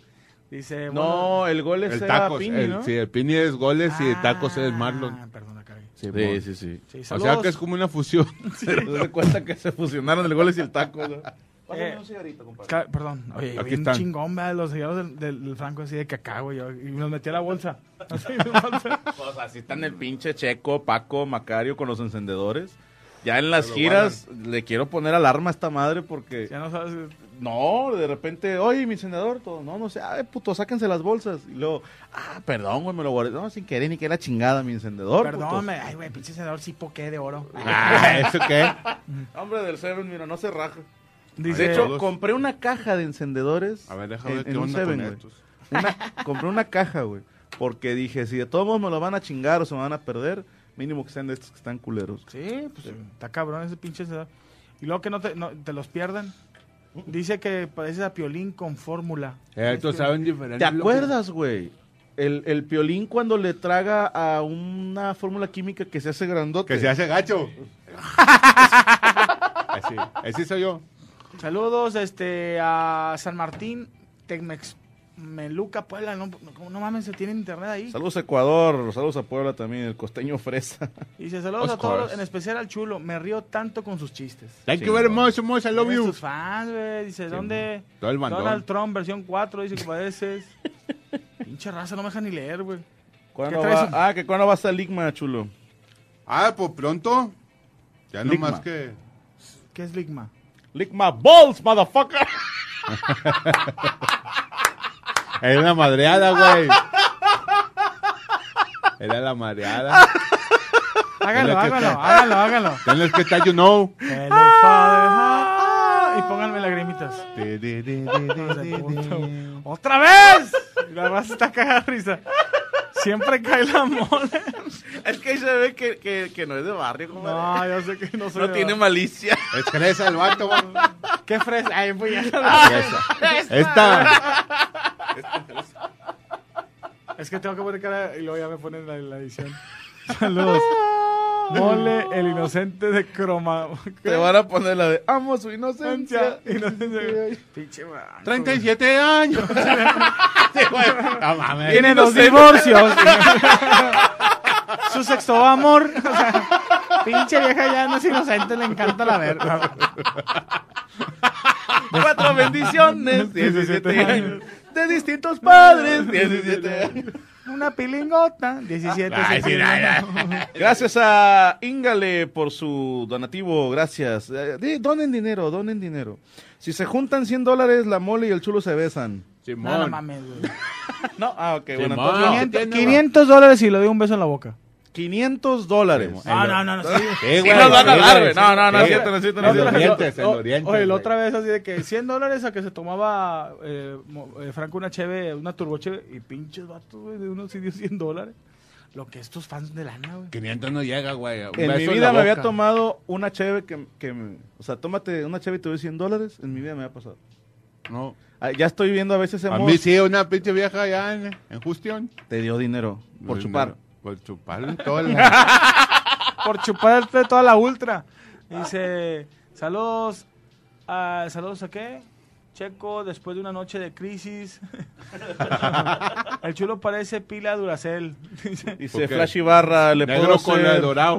[SPEAKER 2] Dice, bueno,
[SPEAKER 1] No, el gol es
[SPEAKER 5] El
[SPEAKER 1] era
[SPEAKER 5] tacos,
[SPEAKER 1] Pini,
[SPEAKER 5] el-
[SPEAKER 1] ¿no?
[SPEAKER 5] sí, el Pini es goles y el tacos es
[SPEAKER 2] Ah,
[SPEAKER 5] Marlon.
[SPEAKER 2] perdón, la cagué.
[SPEAKER 5] Sí,
[SPEAKER 1] Sí, sí, sí.
[SPEAKER 2] Sí,
[SPEAKER 5] O
[SPEAKER 2] saludos.
[SPEAKER 5] sea que es como una fusión.
[SPEAKER 1] Se da cuenta que se fusionaron el goles y el taco. ¿no?
[SPEAKER 2] Pásame un
[SPEAKER 1] cigarrito, compadre.
[SPEAKER 2] Eh, Ca- Perdón, oye,
[SPEAKER 5] Aquí
[SPEAKER 2] aquí un
[SPEAKER 5] están.
[SPEAKER 2] chingón, ¿verdad? los señores del, del- del Franco así de cacao, güey, y nos metió a la bolsa. Así, la bolsa.
[SPEAKER 1] Pues así están el pinche Checo, Paco, Macario con los encendedores. Ya en las giras le quiero poner alarma a esta madre porque...
[SPEAKER 2] ya no sabes.
[SPEAKER 1] No, de repente, oye, mi encendedor, todo, no, no sé, ay, puto, sáquense las bolsas. Y luego, ah, perdón, güey, me lo guardé. No, sin querer, ni que era chingada mi encendedor.
[SPEAKER 2] Perdóname, ay, güey, pinche senador sí poqué de oro.
[SPEAKER 5] Ah, ¿eso qué?
[SPEAKER 1] putos. Hombre del Seven, mira, no se raja.
[SPEAKER 2] Dice,
[SPEAKER 1] de hecho,
[SPEAKER 5] todos.
[SPEAKER 1] compré una caja de encendedores.
[SPEAKER 5] A ver, déjame
[SPEAKER 1] en-
[SPEAKER 5] ver qué
[SPEAKER 1] en un
[SPEAKER 5] onda con Eh,
[SPEAKER 1] Seven, güey.
[SPEAKER 5] estos.
[SPEAKER 1] Una- compré una caja, güey. Porque dije, si de todos modos me lo van a chingar o se me van a perder, mínimo que sean de estos que están culeros.
[SPEAKER 2] sí, pues está cabrón ese pinche senador. Y luego que no te, no- te los pierdan. Dice que pareces a Piolín con fórmula.
[SPEAKER 5] Estos saben diferente.
[SPEAKER 1] ¿Te acuerdas, güey? El, el piolín cuando le traga a una fórmula química que se hace grandote.
[SPEAKER 5] Que se hace gacho. Así, así soy yo.
[SPEAKER 2] Saludos este, a San Martín, Tecmex, Meluca, Puebla. No, no, no mames, se tiene internet ahí.
[SPEAKER 1] Saludos a Ecuador, saludos a Puebla también, el costeño fresa.
[SPEAKER 2] Dice, saludos
[SPEAKER 5] Of
[SPEAKER 2] a todos,
[SPEAKER 5] course.
[SPEAKER 2] en especial al chulo. Me río tanto con sus chistes.
[SPEAKER 5] Thank you
[SPEAKER 1] Sí,
[SPEAKER 5] very
[SPEAKER 1] no.
[SPEAKER 5] much, much, I love
[SPEAKER 2] Eres
[SPEAKER 5] you.
[SPEAKER 2] tus fans, güey. Dice, ¿dónde?
[SPEAKER 5] Todo el bandón.
[SPEAKER 2] Donald Trump, versión 4, dice que padeces. Pinche raza, no me deja ni leer, güey.
[SPEAKER 1] ¿Cuándo
[SPEAKER 2] ¿Qué traes,
[SPEAKER 1] va-
[SPEAKER 2] hombre?
[SPEAKER 1] Ah, que cuándo va a Ligma, chulo.
[SPEAKER 5] Ah, pues pronto. Ya
[SPEAKER 1] Ligma.
[SPEAKER 5] nomás que.
[SPEAKER 2] ¿Qué es Ligma?
[SPEAKER 1] Ligma balls, motherfucker.
[SPEAKER 5] Era la madreada, güey. Era la madreada.
[SPEAKER 2] Hágalo,
[SPEAKER 5] Mira que
[SPEAKER 2] hágalo,
[SPEAKER 5] está.
[SPEAKER 2] hágalo, hágalo.
[SPEAKER 5] Tienes que estar, you know.
[SPEAKER 2] Hello, Father. Ah, y pónganme lagrimitas.
[SPEAKER 5] Di, di, di, di, di,
[SPEAKER 2] Hijos de
[SPEAKER 5] di,
[SPEAKER 2] puta,
[SPEAKER 5] di.
[SPEAKER 2] güey. ¡Otra vez! La raza está cagada de risa. Siempre cae la mole.
[SPEAKER 1] Es que ahí se ve que, que- que no es de barrio, compadre.
[SPEAKER 2] No, yo sé que no soy
[SPEAKER 1] No,
[SPEAKER 2] de-
[SPEAKER 1] tiene malicia.
[SPEAKER 5] Es fresa el vato, güey.
[SPEAKER 2] ¿Qué fresa? Ay, pues ya.
[SPEAKER 5] Fresa. Esta.
[SPEAKER 2] Es que tengo que poner cara y luego ya me ponen la, la edición. Saludos. Mole, el inocente de croma.
[SPEAKER 1] Te van a poner la de amo su inocencia.
[SPEAKER 2] Inocencia, inocencia. Pinche man.
[SPEAKER 5] 37 años. Sí, güey. No mames.
[SPEAKER 2] Tiene dos divorcios. Su sexto amor. O sea, pinche vieja ya no es inocente, le encanta la verga.
[SPEAKER 1] Cuatro bendiciones,
[SPEAKER 2] 17
[SPEAKER 1] 17 años. De distintos padres, 17 años.
[SPEAKER 2] Una pilingota, 17.
[SPEAKER 5] Ay, sí,
[SPEAKER 2] septiembre.
[SPEAKER 5] ay, ay.
[SPEAKER 1] Gracias a Ingale por su donativo, gracias. Eh, di- donen dinero, donen dinero. Si se juntan 100 dólares, la mole y el chulo se besan.
[SPEAKER 5] Simón.
[SPEAKER 2] No, no mames, güey.
[SPEAKER 1] No, ah, ok, bueno,
[SPEAKER 5] Simón.
[SPEAKER 1] entonces...
[SPEAKER 5] No,
[SPEAKER 2] 500,
[SPEAKER 5] entiendo,
[SPEAKER 2] 500 dólares y le doy un beso en la boca.
[SPEAKER 1] 500 dólares. Eh,
[SPEAKER 5] Ah,
[SPEAKER 2] No, no, no, no, sí.
[SPEAKER 5] Sí, güey, nos van a sí, dar, güey. güey. No, no, no,
[SPEAKER 2] Sí.
[SPEAKER 5] es cierto, no es cierto, no es
[SPEAKER 2] La otra-
[SPEAKER 5] cierto. En los dientes,
[SPEAKER 2] o-
[SPEAKER 5] en los dientes,
[SPEAKER 2] Oh, Oye, la
[SPEAKER 5] güey.
[SPEAKER 2] otra vez así de que 100 dólares a que se tomaba eh, mo- eh, Franco una cheve, una turbo cheve, y pinches vatos, güey, de unos sí dio 100 dólares. Lo que estos fans de lana, güey.
[SPEAKER 5] 500 no llega, güey. Un
[SPEAKER 1] En
[SPEAKER 5] beso
[SPEAKER 1] mi
[SPEAKER 5] la
[SPEAKER 1] vida me había
[SPEAKER 5] boca.
[SPEAKER 1] tomado una cheve que, que me- O sea, tómate una cheve y te doy 100 dólares. En mi vida me había pasado.
[SPEAKER 5] No.
[SPEAKER 1] Ah, Ya estoy viendo a veces...
[SPEAKER 5] A
[SPEAKER 1] hemos-
[SPEAKER 5] mí sí, una pinche vieja allá en, en Justión.
[SPEAKER 1] Te dio dinero por
[SPEAKER 5] Dinero.
[SPEAKER 1] chupar.
[SPEAKER 5] Por chupar todo la...
[SPEAKER 2] Por chuparte toda la ultra. Dice, saludos, a, saludos a qué? Checo, después de una noche de crisis. El chulo parece pila Duracel. Dice,
[SPEAKER 1] Dice
[SPEAKER 5] ¿Por qué?
[SPEAKER 1] Flash Ibarra, le puedo
[SPEAKER 5] Negro con el
[SPEAKER 1] hacer...
[SPEAKER 5] dorado.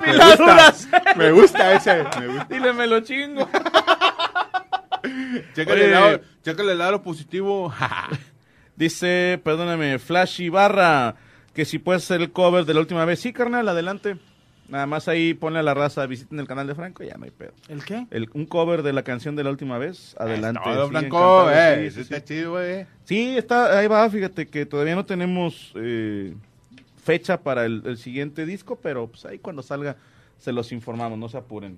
[SPEAKER 5] me, gusta, me gusta ese. Me gusta.
[SPEAKER 7] Dile, me lo chingo.
[SPEAKER 5] Chécale,
[SPEAKER 1] Oye.
[SPEAKER 5] el lado, chécale el lado positivo.
[SPEAKER 1] Dice, perdóname, Flash Ibarra, que si puedes hacer el cover de la última vez. Sí, carnal, adelante. Nada más ahí ponle a la raza, visiten el canal de Franco, ya no hay pedo.
[SPEAKER 2] ¿El qué?
[SPEAKER 1] El- un cover de la canción de la última vez, adelante.
[SPEAKER 5] Todo
[SPEAKER 1] sí,
[SPEAKER 5] blanco,
[SPEAKER 1] encantado,
[SPEAKER 5] eh.
[SPEAKER 1] sí, sí,
[SPEAKER 5] ese
[SPEAKER 1] sí.
[SPEAKER 5] Está chido, güey.
[SPEAKER 1] Sí, está, ahí va, fíjate que todavía no tenemos eh, fecha para el, el siguiente disco, pero pues ahí cuando salga se los informamos, no se apuren.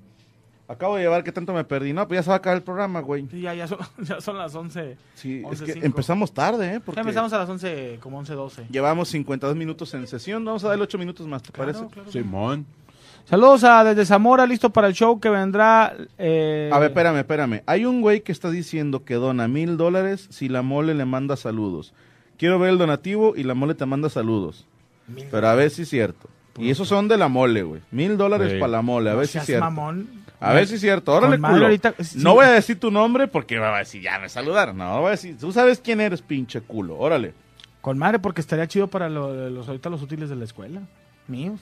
[SPEAKER 1] Acabo de llevar que tanto me perdí. No, pues ya se va a acabar el programa, güey.
[SPEAKER 2] Sí, ya, ya, son, ya son las 11.
[SPEAKER 1] Sí, es que
[SPEAKER 2] 11:05.
[SPEAKER 1] empezamos tarde, ¿eh? Porque
[SPEAKER 2] Ya empezamos a las 11, como 11, 12.
[SPEAKER 1] llevamos 52 minutos en sesión. Vamos a darle 8 minutos más, ¿te parece?
[SPEAKER 5] Simón.
[SPEAKER 2] Saludos a desde Zamora, listo para el show que vendrá. eh,
[SPEAKER 1] A ver, espérame, espérame. Hay un güey que está diciendo que dona mil dólares si la mole le manda saludos. Quiero ver el donativo y la mole te manda saludos. Pero a ver si es cierto. Y esos son de la mole, güey. Mil dólares
[SPEAKER 5] Sí.
[SPEAKER 1] para la mole, a
[SPEAKER 2] no
[SPEAKER 1] ver si es
[SPEAKER 2] seas
[SPEAKER 1] cierto.
[SPEAKER 2] mamón.
[SPEAKER 1] A ver si es cierto. Órale,
[SPEAKER 2] Con madre,
[SPEAKER 1] culo.
[SPEAKER 2] ahorita- sí.
[SPEAKER 1] No voy a decir tu nombre porque va a decir, ya me saludaron. No, voy a decir, tú sabes quién eres, pinche culo. Órale.
[SPEAKER 2] Con madre, porque estaría chido para lo- los ahorita los útiles de la escuela. Míos.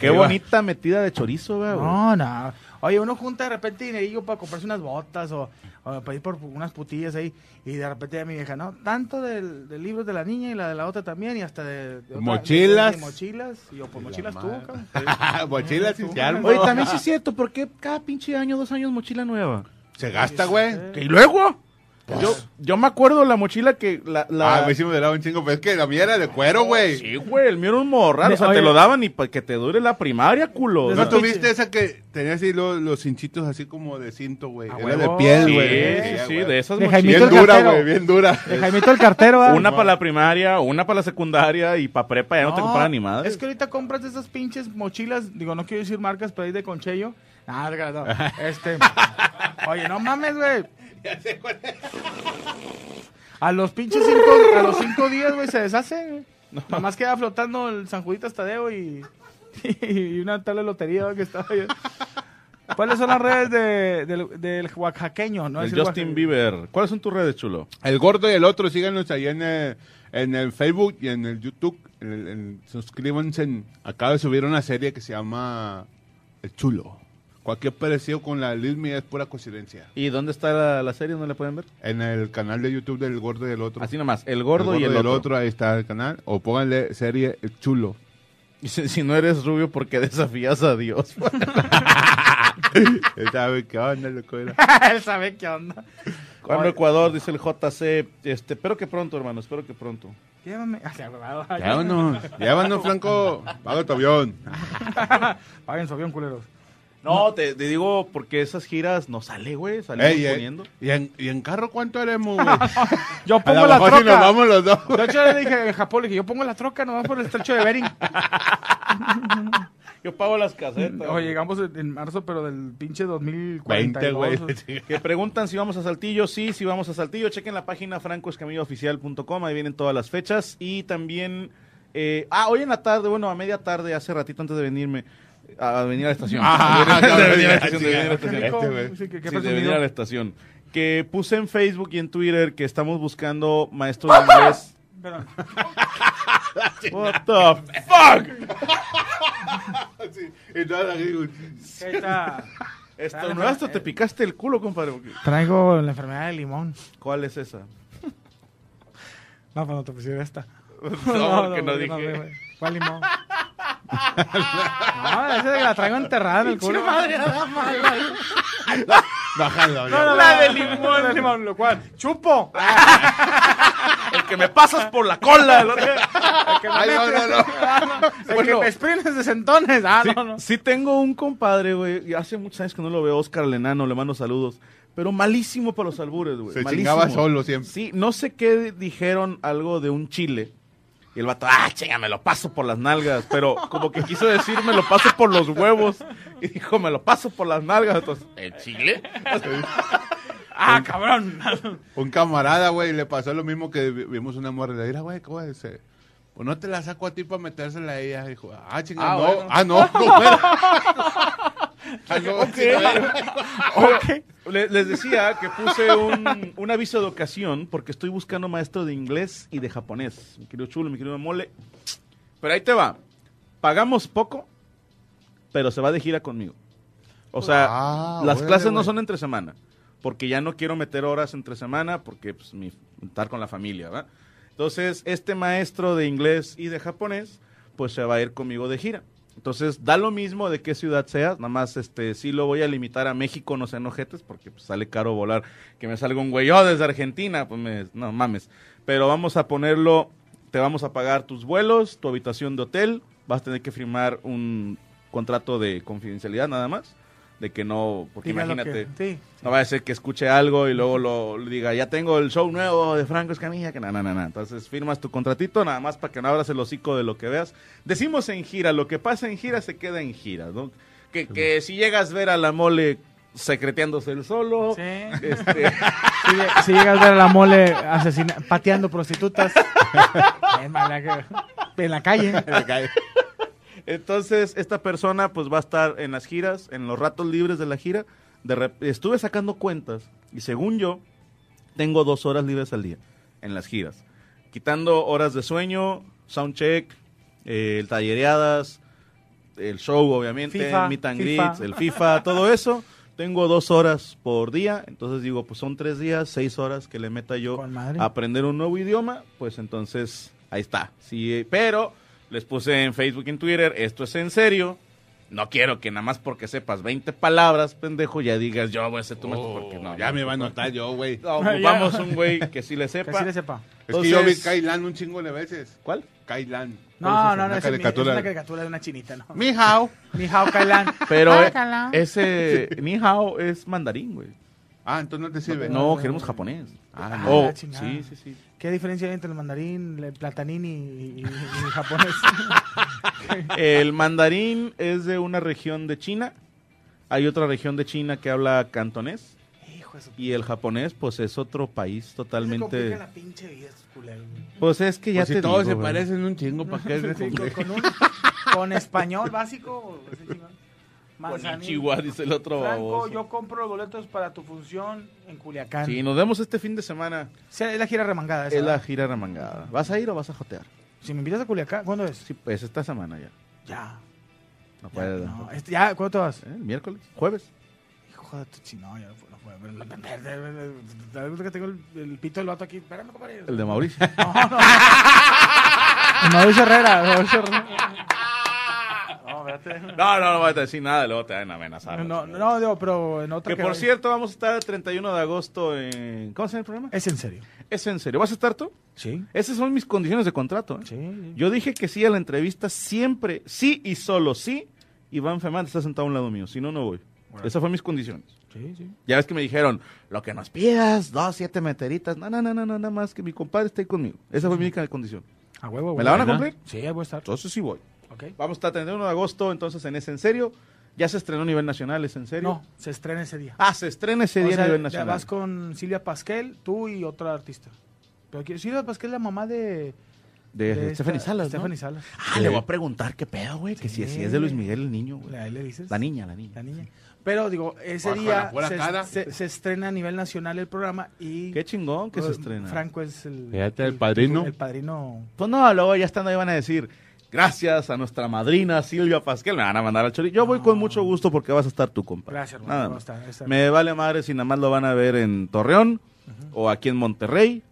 [SPEAKER 1] Qué bonita metida de chorizo, güey.
[SPEAKER 2] No, no. Oye, uno junta de repente dinerillo para comprarse unas botas o, o para ir por unas putillas ahí. Y de repente a mi vieja, no, tanto del, del libro de la niña y la de la otra también y hasta de... de otra-
[SPEAKER 5] Mochilas.
[SPEAKER 2] de mochilas. Y yo, pues mochilas
[SPEAKER 5] La
[SPEAKER 2] tú,
[SPEAKER 5] madre.
[SPEAKER 2] cabrón.
[SPEAKER 5] Mochilas y se arma.
[SPEAKER 1] Oye, también sí es cierto, ¿por qué cada pinche año, dos años, mochila nueva?
[SPEAKER 5] Se gasta, güey.
[SPEAKER 1] ¿Y luego? Yo, yo me acuerdo la mochila que la... la-
[SPEAKER 5] Ah, me hicimos de lado un chingo, pero es que la mía era de cuero, güey.
[SPEAKER 1] Sí, güey, el mío era un morral.
[SPEAKER 2] De-
[SPEAKER 1] O sea,
[SPEAKER 2] oye.
[SPEAKER 1] te lo daban y para que te dure la primaria, culo.
[SPEAKER 2] De
[SPEAKER 1] O sea,
[SPEAKER 5] ¿No
[SPEAKER 2] Esa
[SPEAKER 5] tuviste
[SPEAKER 2] pinche-
[SPEAKER 5] esa que tenía así los, los cinchitos así como de cinto, güey?
[SPEAKER 2] Ah,
[SPEAKER 5] Era de
[SPEAKER 2] huevo.
[SPEAKER 5] piel,
[SPEAKER 1] sí,
[SPEAKER 5] güey.
[SPEAKER 1] sí, sí,
[SPEAKER 5] güey.
[SPEAKER 1] de esas
[SPEAKER 2] De
[SPEAKER 1] mochilas.
[SPEAKER 2] Jaimito
[SPEAKER 5] Bien
[SPEAKER 2] el
[SPEAKER 5] dura,
[SPEAKER 2] cartero.
[SPEAKER 5] güey, bien dura.
[SPEAKER 2] De Jaimito el cartero, ¿va?
[SPEAKER 1] Una para la primaria, una para la secundaria y para prepa ya no, te compraban ni madre.
[SPEAKER 2] Es que ahorita compras esas pinches mochilas, digo, no quiero decir marcas, pero ahí de Conchello. Nah, no, no, este. Oye, no mames, güey. A los pinches cinco, a los cinco días, güey, se deshace, güey. Nomás queda flotando el San Juditas Tadeo y, y una tal de lotería güey, que estaba ahí. ¿Cuáles son las redes de- del, del oaxaqueño? No
[SPEAKER 1] El
[SPEAKER 2] Es el
[SPEAKER 1] Justin
[SPEAKER 2] oaxaqueño.
[SPEAKER 1] Bieber. ¿Cuáles son tus redes, chulo?
[SPEAKER 5] El gordo y el otro, síganos ahí en el, en el Facebook y en el YouTube. En el- en- suscríbanse. en- acabo de subir una serie que se llama El Chulo. Cualquier parecido con la Lizmi es pura coincidencia.
[SPEAKER 1] ¿Y dónde está la, la serie? ¿No la pueden ver?
[SPEAKER 5] En el canal de YouTube del gordo y el otro.
[SPEAKER 1] Así nomás, El Gordo,
[SPEAKER 5] El
[SPEAKER 1] y El
[SPEAKER 5] del
[SPEAKER 1] Otro.
[SPEAKER 5] ahí está el canal. O pónganle serie El Chulo.
[SPEAKER 1] Y Si, si no eres rubio, porque desafías a Dios?
[SPEAKER 5] Él sabe qué onda, loco. era.
[SPEAKER 2] Él sabe qué onda.
[SPEAKER 1] Cuando Ecuador, dice el JC. Este, espero que pronto, hermano, espero que pronto.
[SPEAKER 2] Llévame. Ah, ya, güey, ya.
[SPEAKER 5] Llévanos, llévanos, Franco. Paga tu avión.
[SPEAKER 2] Paguen su avión, culeros.
[SPEAKER 1] No, te, te digo, porque esas giras no sale, güey. Salimos
[SPEAKER 5] Ey, eh,
[SPEAKER 1] poniendo.
[SPEAKER 5] ¿y, en, ¿Y en carro cuánto haremos, güey?
[SPEAKER 2] Yo
[SPEAKER 5] A
[SPEAKER 2] pongo
[SPEAKER 5] lo
[SPEAKER 2] la
[SPEAKER 5] mejor
[SPEAKER 2] troca.
[SPEAKER 5] si nos vamos los dos.
[SPEAKER 2] De hecho, le dije a Japón, le dije, yo pongo la troca nomás por el estrecho de Bering.
[SPEAKER 1] Yo pago las casetas.
[SPEAKER 2] O llegamos en en marzo, pero del pinche 2040.
[SPEAKER 5] 20, güey.
[SPEAKER 1] Que preguntan si vamos a Saltillo, sí, si vamos a Saltillo. Chequen la página francoescamillooficial.com, ahí vienen todas las fechas. Y también, eh, ah, hoy en la tarde, bueno, a media tarde, hace ratito antes de venirme, a venir a la estación.
[SPEAKER 5] Ah,
[SPEAKER 1] de venir a la
[SPEAKER 5] cabrón,
[SPEAKER 1] estación, de venir a la estación.
[SPEAKER 5] Este, güey.
[SPEAKER 2] Sí, que- que
[SPEAKER 1] Sí, de
[SPEAKER 2] presumido.
[SPEAKER 1] venir a la estación. Que puse en Facebook y en Twitter que estamos buscando maestros de inglés.
[SPEAKER 2] Perdón.
[SPEAKER 1] What the fuck?
[SPEAKER 5] Sí, y todas las gringos.
[SPEAKER 2] Ahí está.
[SPEAKER 1] Esto, no, esto te picaste el culo, compadre. porque-
[SPEAKER 2] Traigo la enfermedad del limón.
[SPEAKER 1] ¿Cuál es esa?
[SPEAKER 2] No, cuando te pusieron esta.
[SPEAKER 1] No, porque no
[SPEAKER 2] yo
[SPEAKER 1] dije.
[SPEAKER 2] güey. ¿Cuál limón? no, esa es que la traigo enterrada en el culo.
[SPEAKER 5] Bájalo,
[SPEAKER 2] No, no,
[SPEAKER 5] ya.
[SPEAKER 2] Ah, no, la de limón. de limón, lo cual. ¡Chupo!
[SPEAKER 7] El que me pasas por la cola.
[SPEAKER 1] Ah,
[SPEAKER 2] que me metes- El que
[SPEAKER 1] Bueno.
[SPEAKER 2] me sprintes de sentones. Ah,
[SPEAKER 1] sí,
[SPEAKER 2] no, no.
[SPEAKER 1] sí tengo un compadre, güey. y Hace muchos años que no lo veo, Oscar el enano, le mando saludos. Pero malísimo para los albures, güey.
[SPEAKER 5] Se
[SPEAKER 1] malísimo.
[SPEAKER 5] chingaba solo siempre.
[SPEAKER 1] Sí, no sé qué dijeron algo de un chile. Y el vato, ah, chinga, me lo paso por las nalgas. Pero como que quiso decir, me lo paso por los huevos. Y dijo, me lo paso por las nalgas. Entonces, ¿el chile?
[SPEAKER 2] Ah, cabrón.
[SPEAKER 5] Un camarada, güey, le pasó lo mismo que vi- vimos una morra. Le dije, güey, ¿cómo es ese? Pues no te la saco a ti para metérsela a ella. Dijo, ah, chingada,
[SPEAKER 7] Ah,
[SPEAKER 5] no.
[SPEAKER 7] bueno.
[SPEAKER 5] Ah, no. ¿cómo era? Ah, no, chingada.
[SPEAKER 1] Le- les decía que puse un, un aviso de ocasión porque estoy buscando maestro de inglés y de japonés. Mi querido chulo, mi querido mole. Pero ahí te va. Pagamos poco, pero se va de gira conmigo. O sea,
[SPEAKER 5] Ah,
[SPEAKER 1] las
[SPEAKER 5] órale,
[SPEAKER 1] clases no
[SPEAKER 5] güey.
[SPEAKER 1] son entre semana. Porque ya no quiero meter horas entre semana porque pues, mi, estar con la familia, ¿va? Entonces, este maestro de inglés y de japonés, pues se va a ir conmigo de gira. Entonces, da lo mismo de qué ciudad seas, nada más este, sí lo voy a limitar a México, no sean enojetes, porque pues, sale caro volar. Que me salga un güey, oh, desde Argentina, pues me- no mames. Pero vamos a ponerlo, te vamos a pagar tus vuelos, tu habitación de hotel, vas a tener que firmar un contrato de confidencialidad nada más, de que no, porque
[SPEAKER 2] Diga lo que-
[SPEAKER 1] imagínate.
[SPEAKER 2] sí.
[SPEAKER 1] No va a ser que escuche algo y luego lo, lo diga, ya tengo el show nuevo de Franco Escamilla, que na, na, na, na. Entonces firmas tu contratito nada más para que no abras el hocico de lo que veas. Decimos en gira, lo que pasa en gira se queda en gira, ¿no? Que, que si llegas a ver a la mole secreteándose el solo,
[SPEAKER 2] Sí.
[SPEAKER 1] este,
[SPEAKER 2] Eh, Si, lle- si llegas a ver a la mole asesina, pateando prostitutas. Es mala que- en la calle.
[SPEAKER 1] Entonces, esta persona pues va a estar en las giras, en los ratos libres de la gira. De rep- estuve sacando cuentas y según yo, tengo dos horas libres al día en las giras. Quitando horas de sueño, soundcheck, eh, tallereadas, el show obviamente,
[SPEAKER 2] FIFA,
[SPEAKER 1] meet and
[SPEAKER 2] FIFA.
[SPEAKER 1] greets, el FIFA, todo eso. Tengo dos horas por día, entonces digo, pues son tres días, seis horas que le meta yo
[SPEAKER 2] Con madre.
[SPEAKER 1] a aprender un nuevo idioma, pues entonces ahí está. Sí, eh, pero les puse en Facebook y en Twitter, esto es en serio. No quiero que nada más porque sepas 20 palabras, pendejo, ya digas yo voy a ser tu maestro", porque no.
[SPEAKER 5] Oh, ya
[SPEAKER 1] no,
[SPEAKER 5] me va a
[SPEAKER 1] no.
[SPEAKER 5] notar yo, güey.
[SPEAKER 1] No,
[SPEAKER 2] Ya.
[SPEAKER 1] ocupamos un güey que sí le
[SPEAKER 2] Que
[SPEAKER 1] sepa.
[SPEAKER 2] así le sepa.
[SPEAKER 5] Es que yo vi
[SPEAKER 1] Entonces-
[SPEAKER 5] Kailan un chingo de veces.
[SPEAKER 1] ¿Cuál?
[SPEAKER 5] Kailan.
[SPEAKER 2] No, no, no,
[SPEAKER 5] Una
[SPEAKER 2] es, mi- es
[SPEAKER 5] caricatura.
[SPEAKER 2] una caricatura de una chinita, ¿no? Mi,
[SPEAKER 5] Mijao.
[SPEAKER 2] hao Kailan.
[SPEAKER 1] Pero
[SPEAKER 2] Ah,
[SPEAKER 1] eh,
[SPEAKER 2] Kailan.
[SPEAKER 1] ese ni hao es mandarín, güey.
[SPEAKER 5] Ah, entonces no te sirve.
[SPEAKER 1] No, queremos japonés.
[SPEAKER 5] Ah,
[SPEAKER 2] Ah,
[SPEAKER 5] no.
[SPEAKER 1] Oh,
[SPEAKER 2] la
[SPEAKER 1] sí,
[SPEAKER 2] chingada.
[SPEAKER 1] sí, sí.
[SPEAKER 2] ¿Qué diferencia hay entre el mandarín, el platanín y, y- y- y el japonés?
[SPEAKER 1] El mandarín es de una región de China. Hay otra región de China que habla cantonés.
[SPEAKER 2] Hijo de su
[SPEAKER 1] Y el japonés, pues es otro país
[SPEAKER 2] Se
[SPEAKER 1] totalmente.
[SPEAKER 2] complica la pinche vida estos culeros, güey.
[SPEAKER 1] Pues es que ya
[SPEAKER 5] Pues
[SPEAKER 1] te
[SPEAKER 5] si todos
[SPEAKER 1] digo,
[SPEAKER 5] se
[SPEAKER 1] güey.
[SPEAKER 5] parecen un chingo, ¿para qué es de
[SPEAKER 2] Sí, con,
[SPEAKER 5] complejo?
[SPEAKER 2] con un- con español básico. o ese chingón. Manzanillo.
[SPEAKER 1] Konnichiwa, dice el otro
[SPEAKER 2] Franco,
[SPEAKER 1] baboso.
[SPEAKER 2] yo compro los boletos para tu función en Culiacán.
[SPEAKER 1] Sí, nos vemos este fin de semana.
[SPEAKER 2] Sí, es la gira remangada. esa,
[SPEAKER 1] Es la
[SPEAKER 2] ¿verdad?
[SPEAKER 1] gira remangada. ¿Vas a ir o vas a jotear?
[SPEAKER 2] Si me invitas a Culiacán, ¿cuándo es?
[SPEAKER 1] Sí, pues esta semana ya.
[SPEAKER 2] Ya.
[SPEAKER 1] No
[SPEAKER 2] Ya,
[SPEAKER 1] puedes.
[SPEAKER 2] no, este- ya, ¿cuándo te vas?
[SPEAKER 1] ¿Eh? ¿El miércoles? ¿Jueves?
[SPEAKER 2] Hijo de tu chino, ya no puedo. No puedo pero- pero- pero- pero- pero- pero- que tengo el, el pito del vato aquí. Espérame, compadre.
[SPEAKER 1] El de Mauricio.
[SPEAKER 2] No, no. Mauricio Herrera. Mauricio Herrera. No, espérate.
[SPEAKER 1] No, no, no vas a decir nada, luego te van a amenazar.
[SPEAKER 2] No, no, digo, pero en otra
[SPEAKER 1] Que por
[SPEAKER 2] vaya.
[SPEAKER 1] cierto, vamos a estar el 31 de agosto en. ¿Cómo se llama el programa?
[SPEAKER 2] Es en serio.
[SPEAKER 1] Es en serio. ¿Vas a estar tú?
[SPEAKER 2] Sí.
[SPEAKER 1] Esas son mis condiciones de contrato. ¿eh?
[SPEAKER 2] Sí. sí.
[SPEAKER 1] Yo dije que sí a la entrevista siempre, sí y solo sí. Iván Femán está sentado a un lado mío, si no, no voy. Esas fueron mis condiciones.
[SPEAKER 2] Sí, sí.
[SPEAKER 1] Ya ves que me dijeron, lo que nos pidas, dos, siete meteritas. No, no, no, no, no, nada más que mi compadre esté ahí conmigo. Esa fue mi única condición.
[SPEAKER 2] A huevo,
[SPEAKER 1] ¿Me la van a
[SPEAKER 2] Buena.
[SPEAKER 1] cumplir?
[SPEAKER 2] Sí, ahí voy a estar.
[SPEAKER 1] Entonces sí voy.
[SPEAKER 2] Ok.
[SPEAKER 1] Vamos a estar 31 de agosto, entonces en ese en serio. Ya se estrenó a nivel nacional, ¿es en serio?
[SPEAKER 2] No, se estrena ese día.
[SPEAKER 1] Ah, se estrena ese
[SPEAKER 2] O
[SPEAKER 1] día
[SPEAKER 2] sea,
[SPEAKER 1] a nivel
[SPEAKER 2] ya
[SPEAKER 1] nacional.
[SPEAKER 2] vas con Silvia Pasquel, tú y otra artista. Pero quiero- Silvia Pasquel es la mamá de...
[SPEAKER 1] De,
[SPEAKER 2] de
[SPEAKER 1] Eh, Stephanie
[SPEAKER 2] esta-
[SPEAKER 1] Salas, ¿no?
[SPEAKER 2] Stephanie Salas.
[SPEAKER 1] Ah, le voy a preguntar qué pedo, güey. Que si,
[SPEAKER 2] Sí.
[SPEAKER 1] si es de Luis Miguel el niño, güey.
[SPEAKER 2] Le- ahí le dices.
[SPEAKER 1] La niña, la niña.
[SPEAKER 2] La niña. Pero digo, ese
[SPEAKER 5] Ojo, la
[SPEAKER 2] día
[SPEAKER 5] pura cara.
[SPEAKER 2] se, se- se estrena a nivel nacional el programa y...
[SPEAKER 1] Qué chingón que se
[SPEAKER 2] eh,
[SPEAKER 1] estrena.
[SPEAKER 2] Franco es el...
[SPEAKER 5] Fíjate, el padrino.
[SPEAKER 2] El padrino...
[SPEAKER 1] Pues no, luego ya estando ahí van a decir, gracias a nuestra madrina Silvia Pasquel, me van a mandar al chori. Yo voy con mucho gusto porque vas a estar tú, compa.
[SPEAKER 2] Gracias, hermano.
[SPEAKER 1] Nada
[SPEAKER 2] No,
[SPEAKER 1] más.
[SPEAKER 2] está- está-
[SPEAKER 1] Me vale madre si nada más lo van a ver en Torreón o aquí en Monterrey.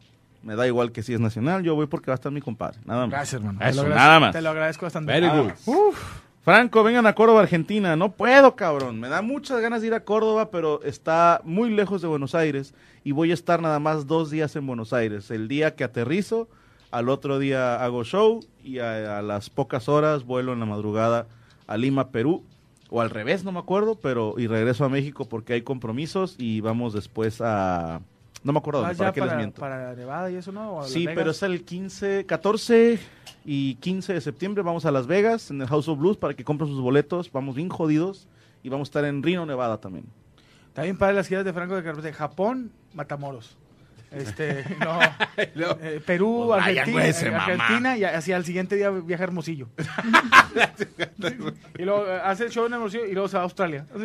[SPEAKER 1] Me da igual que si es nacional, yo voy porque va a estar mi compadre. Nada más.
[SPEAKER 2] Gracias, hermano.
[SPEAKER 1] Eso,
[SPEAKER 2] Te lo agradezco-
[SPEAKER 1] nada más.
[SPEAKER 2] Te lo agradezco bastante.
[SPEAKER 5] Very
[SPEAKER 2] Ah,
[SPEAKER 5] good.
[SPEAKER 2] Uf.
[SPEAKER 1] Franco, vengan a Córdoba, Argentina. No puedo, cabrón. Me da muchas ganas de ir a Córdoba, pero está muy lejos de Buenos Aires y voy a estar nada más dos días en Buenos Aires. El día que aterrizo, al otro día hago show y a, a las pocas horas vuelo en la madrugada a Lima, Perú. O al revés, no me acuerdo, pero y regreso a México porque hay compromisos y vamos después a... No me acuerdo
[SPEAKER 2] Ah,
[SPEAKER 1] dónde,
[SPEAKER 2] ya
[SPEAKER 1] para qué les
[SPEAKER 2] para-
[SPEAKER 1] miento.
[SPEAKER 2] para Nevada y eso, ¿no? O Las
[SPEAKER 1] Sí,
[SPEAKER 2] Vegas.
[SPEAKER 1] pero es el 15, 14 y 15 de septiembre. Vamos a Las Vegas en el House of Blues para que compren sus boletos. Vamos bien jodidos y vamos a estar en Reno, Nevada también.
[SPEAKER 2] También para las giras de Franco de Carpeta. Japón, Matamoros. Este, no. eh, Perú,
[SPEAKER 5] Pues vayan,
[SPEAKER 2] Argentina,
[SPEAKER 5] güey, ese
[SPEAKER 2] eh,
[SPEAKER 5] mamá.
[SPEAKER 2] Argentina y así al siguiente día viaja a Hermosillo. y luego eh, hace el show en Hermosillo y luego se va a Australia.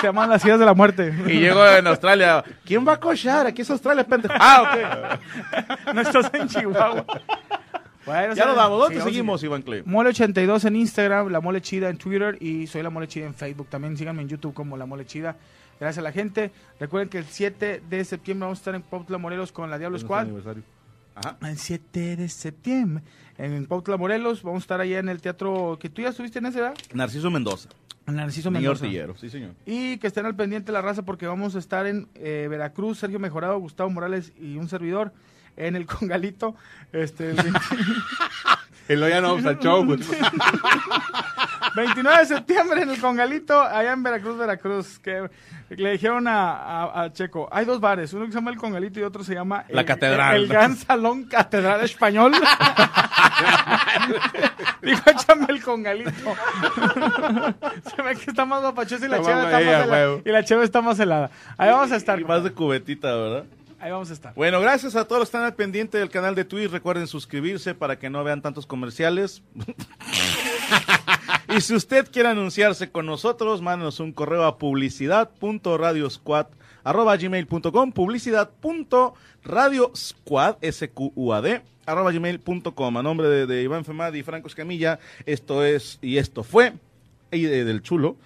[SPEAKER 2] se llaman las giras de la muerte.
[SPEAKER 7] Y llego en Australia.
[SPEAKER 1] ¿Quién va a cochar? Aquí es Australia, pendejo.
[SPEAKER 7] Ah,
[SPEAKER 2] No estás en Chihuahua. Bueno,
[SPEAKER 1] Ya
[SPEAKER 2] sí,
[SPEAKER 1] nos vamos. ¿Dónde
[SPEAKER 2] sigamos,
[SPEAKER 1] seguimos, Iván Clay?
[SPEAKER 2] Mole82 en Instagram, La Mole Chida en Twitter y soy La Mole Chida en Facebook. También síganme en YouTube como La Mole Chida. Gracias a la gente. Recuerden que el 7 de septiembre vamos a estar en Pautla Morelos con la Diablo Squad.
[SPEAKER 1] Ajá.
[SPEAKER 2] El 7 de septiembre en Pautla Morelos vamos a estar allá en el teatro que tú ya estuviste en ese, ¿verdad?
[SPEAKER 1] Narciso Mendoza.
[SPEAKER 2] En Narciso
[SPEAKER 1] Niño
[SPEAKER 2] Mendoza.
[SPEAKER 1] Ortillero. Sí, señor.
[SPEAKER 2] Y que estén al pendiente la raza porque vamos a estar en eh, Veracruz, Sergio Mejorado, Gustavo Morales y un servidor en el Congalito. Este, el 20
[SPEAKER 5] Y luego ya no vamos al show, pues. güey.
[SPEAKER 2] 29 de septiembre en el Congalito, allá en Veracruz, Veracruz, que le dijeron a, a- a Checo, hay dos bares, uno que se llama el Congalito y otro se llama
[SPEAKER 7] La
[SPEAKER 2] el,
[SPEAKER 7] Catedral.
[SPEAKER 2] El, Gran Salón Catedral Español. Dijo, échame el Congalito. se ve que está más guapachoso y la
[SPEAKER 5] Está
[SPEAKER 2] cheve
[SPEAKER 5] más
[SPEAKER 2] está
[SPEAKER 5] bella,
[SPEAKER 2] más helada.
[SPEAKER 5] huevo.
[SPEAKER 2] Y la cheve está más helada. Ahí vamos a estar.
[SPEAKER 1] Y más de cubetita, ¿verdad?
[SPEAKER 2] Ahí vamos a estar.
[SPEAKER 1] Bueno, gracias a todos los que están al pendiente del canal de Twitch. Recuerden suscribirse para que no vean tantos comerciales. y si usted quiere anunciarse con nosotros, mándenos un correo a publicidad.radiosquad arroba gmail.com publicidad.radiosquad sqad arroba gmail.com a nombre de, de Iván Femad y Franco Escamilla esto es y esto fue y de- del chulo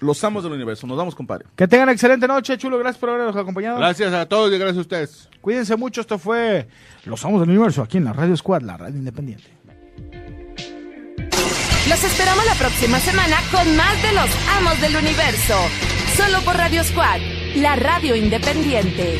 [SPEAKER 1] los amos del universo nos vamos compadre
[SPEAKER 2] Que tengan excelente noche, chulo. Gracias por habernos acompañado.
[SPEAKER 5] Gracias a todos y gracias a ustedes.
[SPEAKER 2] Cuídense mucho. Esto fue Los Amos del Universo aquí en la Radio Squad, la radio independiente.
[SPEAKER 8] Los esperamos la próxima semana con más de los amos del universo. Solo por Radio Squad, la radio independiente.